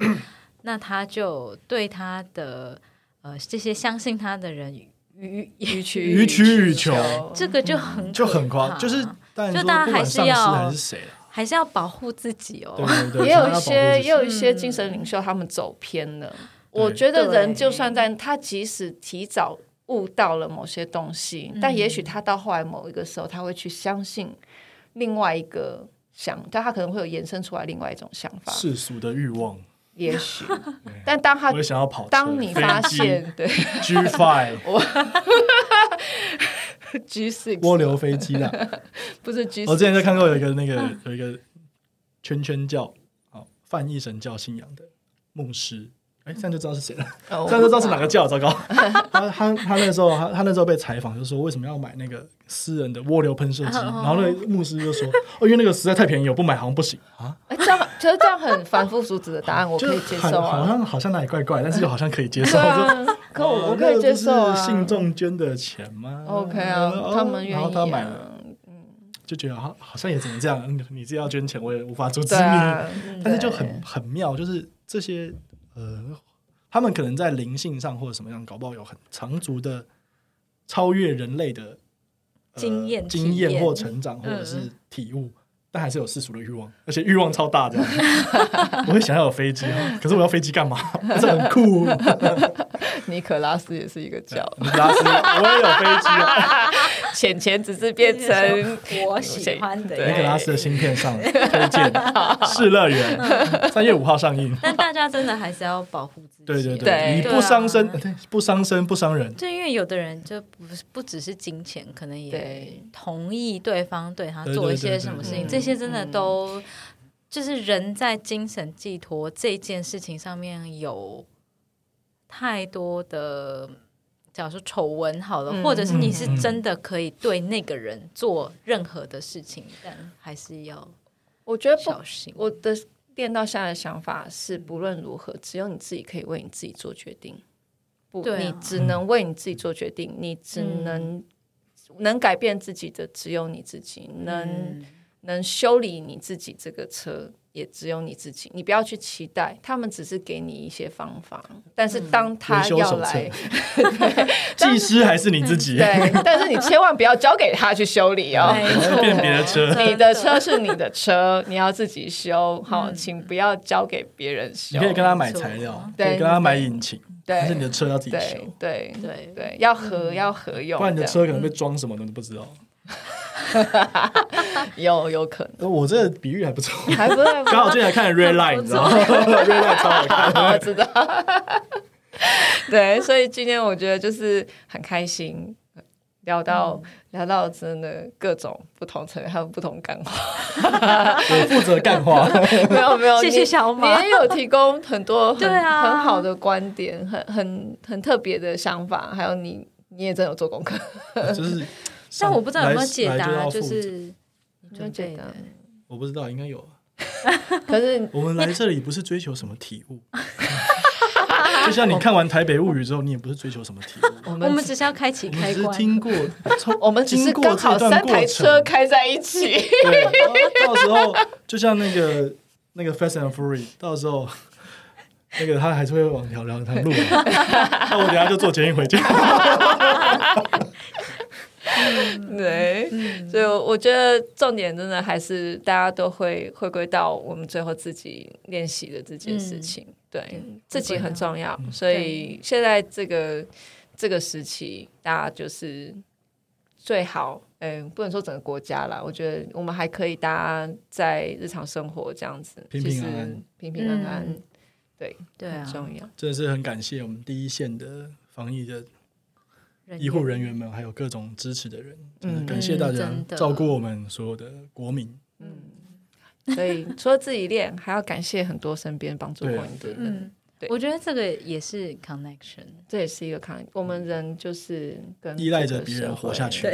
Speaker 2: 那他就对他的呃这些相信他的人予予
Speaker 1: 予取
Speaker 3: 予取予求
Speaker 2: 这个就很
Speaker 3: 嗯就很
Speaker 2: 可
Speaker 3: 夸，
Speaker 2: 怕
Speaker 3: 就是但
Speaker 2: 就大家还是
Speaker 3: 上司
Speaker 2: 要
Speaker 3: 还是谁啊？
Speaker 2: 还是要保护自己哦。
Speaker 3: 对 对对，
Speaker 1: 也有
Speaker 3: 想
Speaker 1: 一
Speaker 3: 要保护
Speaker 1: 些
Speaker 3: 自己
Speaker 1: 也有一些精神领袖他们走偏了。我觉得人就算在他即使提早悟到了某些东西，
Speaker 3: 嗯
Speaker 1: 但也许他到后来某一个时候，他会去相信另外一个想，但他可能会有延伸出来另外一种想法。
Speaker 3: 世俗的欲望，
Speaker 1: 也 许，但当他
Speaker 3: 我也想要跑车。
Speaker 1: 当你发现对
Speaker 3: G Five
Speaker 1: G six
Speaker 3: 涡流飞机 啦，
Speaker 1: 不是 G
Speaker 3: 我
Speaker 1: six，
Speaker 3: 之前就看过有一个那个有一个圈圈教，哦，泛一神教信仰的牧师，哎，这样就知道是谁了，
Speaker 1: 哦
Speaker 3: 这样就知道是哪个教，糟糕。他他他那时候他他那时候被采访，就说为什么要买那个私人的涡流喷射机，
Speaker 2: 哦
Speaker 3: 然后那个牧师就说，哦，因为那个实在太便宜，我不买好像不行啊，
Speaker 1: 哎，这样就是这样很反复阻止的答案，我
Speaker 3: 就
Speaker 1: 可以接
Speaker 3: 很
Speaker 1: 受
Speaker 3: 好
Speaker 1: 啊。
Speaker 3: 像好像哪里怪怪，但是又好像可以接 受，
Speaker 1: 对
Speaker 3: 就
Speaker 1: 啊，可
Speaker 3: 哦
Speaker 1: 我我可以接受
Speaker 3: 那
Speaker 1: 啊。
Speaker 3: 不是信众捐的钱吗
Speaker 1: OK 啊
Speaker 3: 哦，
Speaker 1: 他们愿
Speaker 3: 然后
Speaker 1: 意
Speaker 3: 他买了，
Speaker 1: 啊，
Speaker 3: 就觉得好，好像也只能这样。你嗯你自己要捐钱，我也无法阻止
Speaker 1: 对
Speaker 3: 你。
Speaker 1: 啊，
Speaker 3: 但是就
Speaker 1: 对
Speaker 3: 很很妙，就是这些呃，他们可能在灵性上或者什么样，搞不好有很长足的超越人类的、呃
Speaker 2: 经验
Speaker 3: 经
Speaker 2: 体
Speaker 3: 验
Speaker 2: 验
Speaker 3: 或成长，或者是
Speaker 1: 嗯
Speaker 3: 体悟。但还是有世俗的欲望，而且欲望超大这样。 我会想要有飞机啊，可是我要飞机干嘛？ 这很酷。
Speaker 1: 尼可拉斯也是一个教，
Speaker 3: 尼古拉斯，我也有飞机啊。
Speaker 1: 浅浅只是变成
Speaker 2: 我喜欢的样
Speaker 1: 对
Speaker 3: 尼克
Speaker 2: 子，
Speaker 3: 拉斯的芯片上推 荐《世乐园》，
Speaker 2: 嗯
Speaker 3: 三月五号上映。
Speaker 2: 但大家真的还是要保护自己。哦
Speaker 3: 对对啊
Speaker 1: 对
Speaker 3: 以不伤身、呃对不伤身、不伤人，
Speaker 2: 就因为有的人就不是不只是金钱，可能也
Speaker 1: 对
Speaker 2: 同意对方对他
Speaker 3: 对
Speaker 2: 做一
Speaker 3: 对
Speaker 2: 些
Speaker 3: 对
Speaker 2: 什么
Speaker 3: 对
Speaker 2: 事情，
Speaker 1: 对
Speaker 2: 这些真
Speaker 1: 嗯
Speaker 2: 的都、就是人在精神寄托这件事情上面有太多的。假如说丑闻好了，
Speaker 1: 嗯
Speaker 2: 或者是你是真的可以对那个人做任何的事情，但还是要
Speaker 1: 我觉得不，
Speaker 2: 小心。
Speaker 1: 我的练到现在的想法是，不论如何，只有你自己可以为你自己做决定。不，
Speaker 2: 对啊
Speaker 1: 你只能为你自己做决定，你只能能改变自己的只有你自己，能
Speaker 2: 嗯
Speaker 1: 能修理你自己这个车，也只有你自己。你不要去期待，他们只是给你一些方法。但是当
Speaker 3: 维
Speaker 1: 他
Speaker 3: 修
Speaker 1: 要
Speaker 3: 手册
Speaker 1: 来，。
Speaker 3: 技师还是你自
Speaker 2: 嗯
Speaker 3: 己，
Speaker 1: 对，但是你千万不要交给他去修理哦。
Speaker 2: 没
Speaker 3: 我
Speaker 2: 错
Speaker 3: 要嗯变别的车
Speaker 2: 真
Speaker 1: 你的嗯车是你的车，你要自己 修，好，请不要交给别人修
Speaker 3: 你。可以跟他买材料，可
Speaker 1: 对
Speaker 3: 以跟他买引擎，但是你
Speaker 1: 对
Speaker 3: 的车要自己
Speaker 1: 对
Speaker 3: 修，
Speaker 1: 对
Speaker 2: 对
Speaker 1: 对，嗯要合要合用，
Speaker 3: 不然你的
Speaker 1: 这样
Speaker 3: 车可能被装什么的你都不知道。
Speaker 1: 有有可能
Speaker 3: 呃我这个比喻还不错，
Speaker 1: 还不会
Speaker 3: 刚好最近看 Red Line，你知 道吗 ？Red Line 超好看。
Speaker 1: 我知道。对，所以今天我觉得就是很开心，呃聊到、聊到真的各种不同层面还有不同感化，
Speaker 3: 我负责 干话，
Speaker 1: 没有没有，
Speaker 2: 谢谢
Speaker 1: 你
Speaker 2: 小马
Speaker 1: 你也有提供很多很
Speaker 2: 对啊
Speaker 1: 很好的观点，很很很特别的想法，还有你你也真有做功课，
Speaker 3: 就是。
Speaker 2: 但我不知道有没有
Speaker 3: 来
Speaker 2: 解
Speaker 3: 来
Speaker 2: 答，
Speaker 3: 要
Speaker 2: 就
Speaker 3: 负责
Speaker 2: 是你准备
Speaker 1: 有没有解
Speaker 2: 的
Speaker 1: 答
Speaker 3: 我不知道，应该有啊。
Speaker 1: 可是
Speaker 3: 我们来这里不是追求什么体 悟，就像你看完《台北物语》之后，你也不是追求什么体悟，
Speaker 1: 我
Speaker 2: 我们
Speaker 1: 们
Speaker 2: 只是要开启
Speaker 3: 我们
Speaker 2: 开
Speaker 3: 只是
Speaker 2: 关。
Speaker 3: 听过，从
Speaker 1: 我们只是
Speaker 3: 经过这
Speaker 1: 刚好
Speaker 3: 段
Speaker 1: 三
Speaker 3: 过
Speaker 1: 台车
Speaker 3: 程
Speaker 1: 开在一起，
Speaker 3: 对，然后到时候就像那个那个 Fast and Fury，到时候那个他还是会往条条长路啊，那我等下就坐捷运 回家。
Speaker 1: 对，
Speaker 2: 嗯
Speaker 1: 所以我觉得重点真的还是大家都会回归到我们最后自己练习的这件事
Speaker 2: 嗯
Speaker 1: 情，对自己很重要。所以现在这个这个时期，大家就是最好，嗯、不能说整个国家啦，我觉得我们还可以大家在日常生活这样子，
Speaker 3: 平平安安
Speaker 1: 其实平平安安，
Speaker 2: 嗯
Speaker 1: 对，
Speaker 2: 对啊
Speaker 1: 很，重要。
Speaker 3: 真的是很感谢我们第一线的防疫的
Speaker 2: 人
Speaker 3: 医护人员们，还有各种支持的人，
Speaker 1: 嗯
Speaker 3: 真的感谢大家
Speaker 2: 嗯真的
Speaker 3: 照顾我们所有的国民。
Speaker 1: 所以除了自己练，还要感谢很多身边帮助过
Speaker 3: 对啊
Speaker 1: 你的
Speaker 3: 对啊
Speaker 1: 人。
Speaker 2: 嗯
Speaker 1: 对，
Speaker 2: 我觉得这个也是 connection。
Speaker 1: 这也是一个抗，我们人就是跟
Speaker 3: 嗯依赖着
Speaker 1: 这个
Speaker 3: 别人
Speaker 1: 社
Speaker 3: 活
Speaker 1: 会
Speaker 3: 下去，
Speaker 2: 对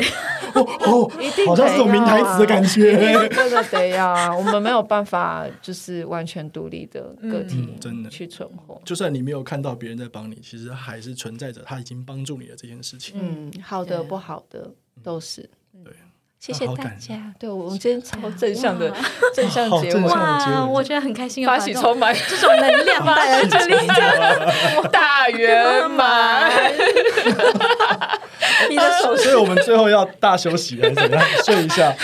Speaker 3: 哦
Speaker 1: 一定
Speaker 3: 哦，好像是种名台词的 感
Speaker 1: 得要啊
Speaker 3: 觉。
Speaker 1: 真的得要啊，我们没有办法就是完全独立的个体
Speaker 3: 嗯真的
Speaker 1: 去存活。
Speaker 3: 就算你没有看到别人在帮你，其实还是存在着他已经帮助你的这件事情。
Speaker 1: 嗯，好的
Speaker 2: 对
Speaker 1: 不好的都是。
Speaker 3: 对，
Speaker 1: 谢谢
Speaker 3: 嗯啊好
Speaker 1: 大
Speaker 3: 感
Speaker 1: 家。对我们今天超正向的正向
Speaker 3: 好
Speaker 1: 结
Speaker 3: 正向
Speaker 1: 尾，
Speaker 3: 的结尾
Speaker 2: 哇，我觉得很开心，
Speaker 1: 发起充满
Speaker 2: 这种能量带来这里，
Speaker 1: 大圆满。
Speaker 2: 你的手
Speaker 3: 所以我们最后要大休息啊还是怎样？睡一下，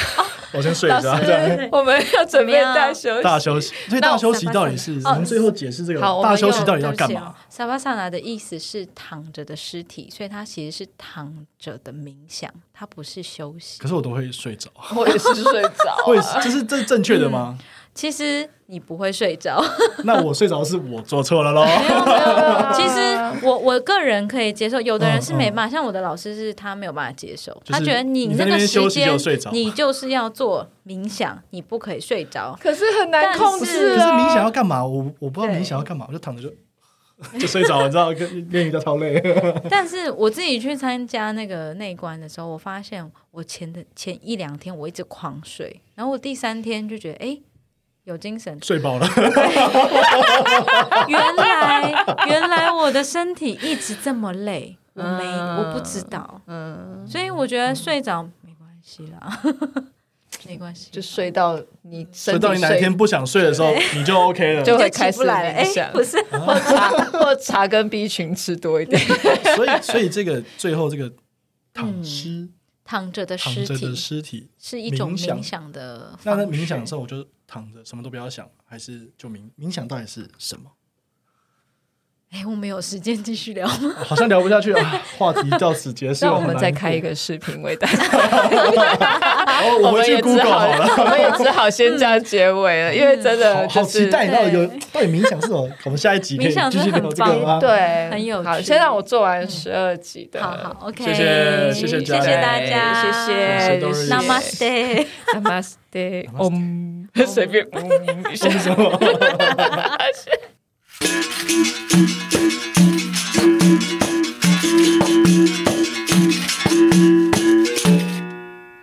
Speaker 3: 我先睡一
Speaker 2: 老
Speaker 3: 下，
Speaker 2: 师
Speaker 3: 这样
Speaker 1: 我们要
Speaker 2: 怎
Speaker 1: 准备
Speaker 2: 么样
Speaker 1: 大休息，
Speaker 3: 大休息。所以大休息到底是
Speaker 2: 那我
Speaker 3: 我们最后解释这个
Speaker 1: 好我们
Speaker 3: 大休息到底要干嘛？
Speaker 2: 沙巴萨哦拿的意思是躺着的尸体，所以它其实是躺着的冥想，它不是休息
Speaker 3: 可。是我都会睡着，
Speaker 1: 我也是睡着
Speaker 3: 会这是这是正确的吗？
Speaker 2: 其实你不会睡着，
Speaker 3: 那我睡着是我做错了喽。
Speaker 1: 了。
Speaker 2: 其实
Speaker 1: 啊
Speaker 2: 我我个人可以接受，有的人是
Speaker 3: 嗯
Speaker 2: 没办法，像我的老师是他没有办法接受，
Speaker 3: 是
Speaker 2: 他觉得你
Speaker 3: 你在
Speaker 2: 那
Speaker 3: 那
Speaker 2: 个
Speaker 3: 边
Speaker 2: 时
Speaker 3: 休息
Speaker 2: 间
Speaker 3: 就睡着
Speaker 2: 你就是要做冥想，你不可以睡着。
Speaker 1: 可是很难控
Speaker 2: 但
Speaker 1: 制
Speaker 3: 可是
Speaker 1: 啊。
Speaker 3: 冥想要干嘛？我我不知道
Speaker 2: 对
Speaker 3: 冥想要干嘛，我就躺着就 就睡着，你知道，跟练瑜伽超累。，
Speaker 2: 但是我自己去参加那个内观的时候，我发现我前的前一两天我一直狂睡，然后我第三天就觉得哎、诶有精神
Speaker 3: 睡饱了，
Speaker 2: 原来原来我的身体一直这么累，我没
Speaker 1: 嗯
Speaker 2: 我不知道，
Speaker 1: 嗯，
Speaker 2: 所以我觉得睡着没关系啦， 没关系，
Speaker 1: 就睡到你身
Speaker 3: 睡
Speaker 1: 体
Speaker 3: 到你哪一天不想睡的时候，你就 OK 了。
Speaker 1: 就
Speaker 2: 就
Speaker 1: 会
Speaker 2: 起
Speaker 1: 开
Speaker 2: 不
Speaker 1: 始
Speaker 2: 来了，哎、
Speaker 1: 冥想
Speaker 2: 不是，
Speaker 1: 或茶或茶跟 B 群吃多一 点。
Speaker 3: 所以所以这个最后这个躺
Speaker 1: 嗯
Speaker 3: 尸
Speaker 2: 躺着的
Speaker 3: 躺
Speaker 2: 尸
Speaker 3: 着的
Speaker 2: 体
Speaker 3: 尸体，
Speaker 2: 是一种
Speaker 3: 冥想
Speaker 2: 冥想的
Speaker 3: 那
Speaker 2: 方式，
Speaker 3: 在冥想的时候，我就躺着，什么都不要想，还是就冥冥想到底是什么？
Speaker 2: 哎、我们有时间继续聊吗？
Speaker 3: 哦好像聊不下去 啊，话题到此结束。
Speaker 1: 那我们再开一
Speaker 3: 个，
Speaker 1: 个视频为大家，
Speaker 3: 哦，我
Speaker 1: 我
Speaker 3: 回
Speaker 1: 们
Speaker 3: 去
Speaker 1: 也只
Speaker 3: Google
Speaker 1: 好
Speaker 3: 好了。，
Speaker 1: 我们也只好先这样结尾了，因为真的
Speaker 3: 好好
Speaker 1: 呃就是
Speaker 3: 期待，你到底有
Speaker 2: 对
Speaker 3: 到底冥想是什么？我们下一集可以
Speaker 2: 冥想
Speaker 3: 继续
Speaker 2: 真的
Speaker 3: 聊
Speaker 2: 很
Speaker 3: 这个吗？
Speaker 2: 棒
Speaker 1: 对，
Speaker 2: 很有趣
Speaker 1: 好，先让我做完十二集的，
Speaker 2: 好好，OK，
Speaker 3: 谢谢谢
Speaker 2: 谢
Speaker 3: 谢
Speaker 2: 谢大家，
Speaker 1: 谢谢
Speaker 3: 谢谢
Speaker 2: Namaste。
Speaker 1: Namaste，Om，随便，嗯一下
Speaker 3: 是什么？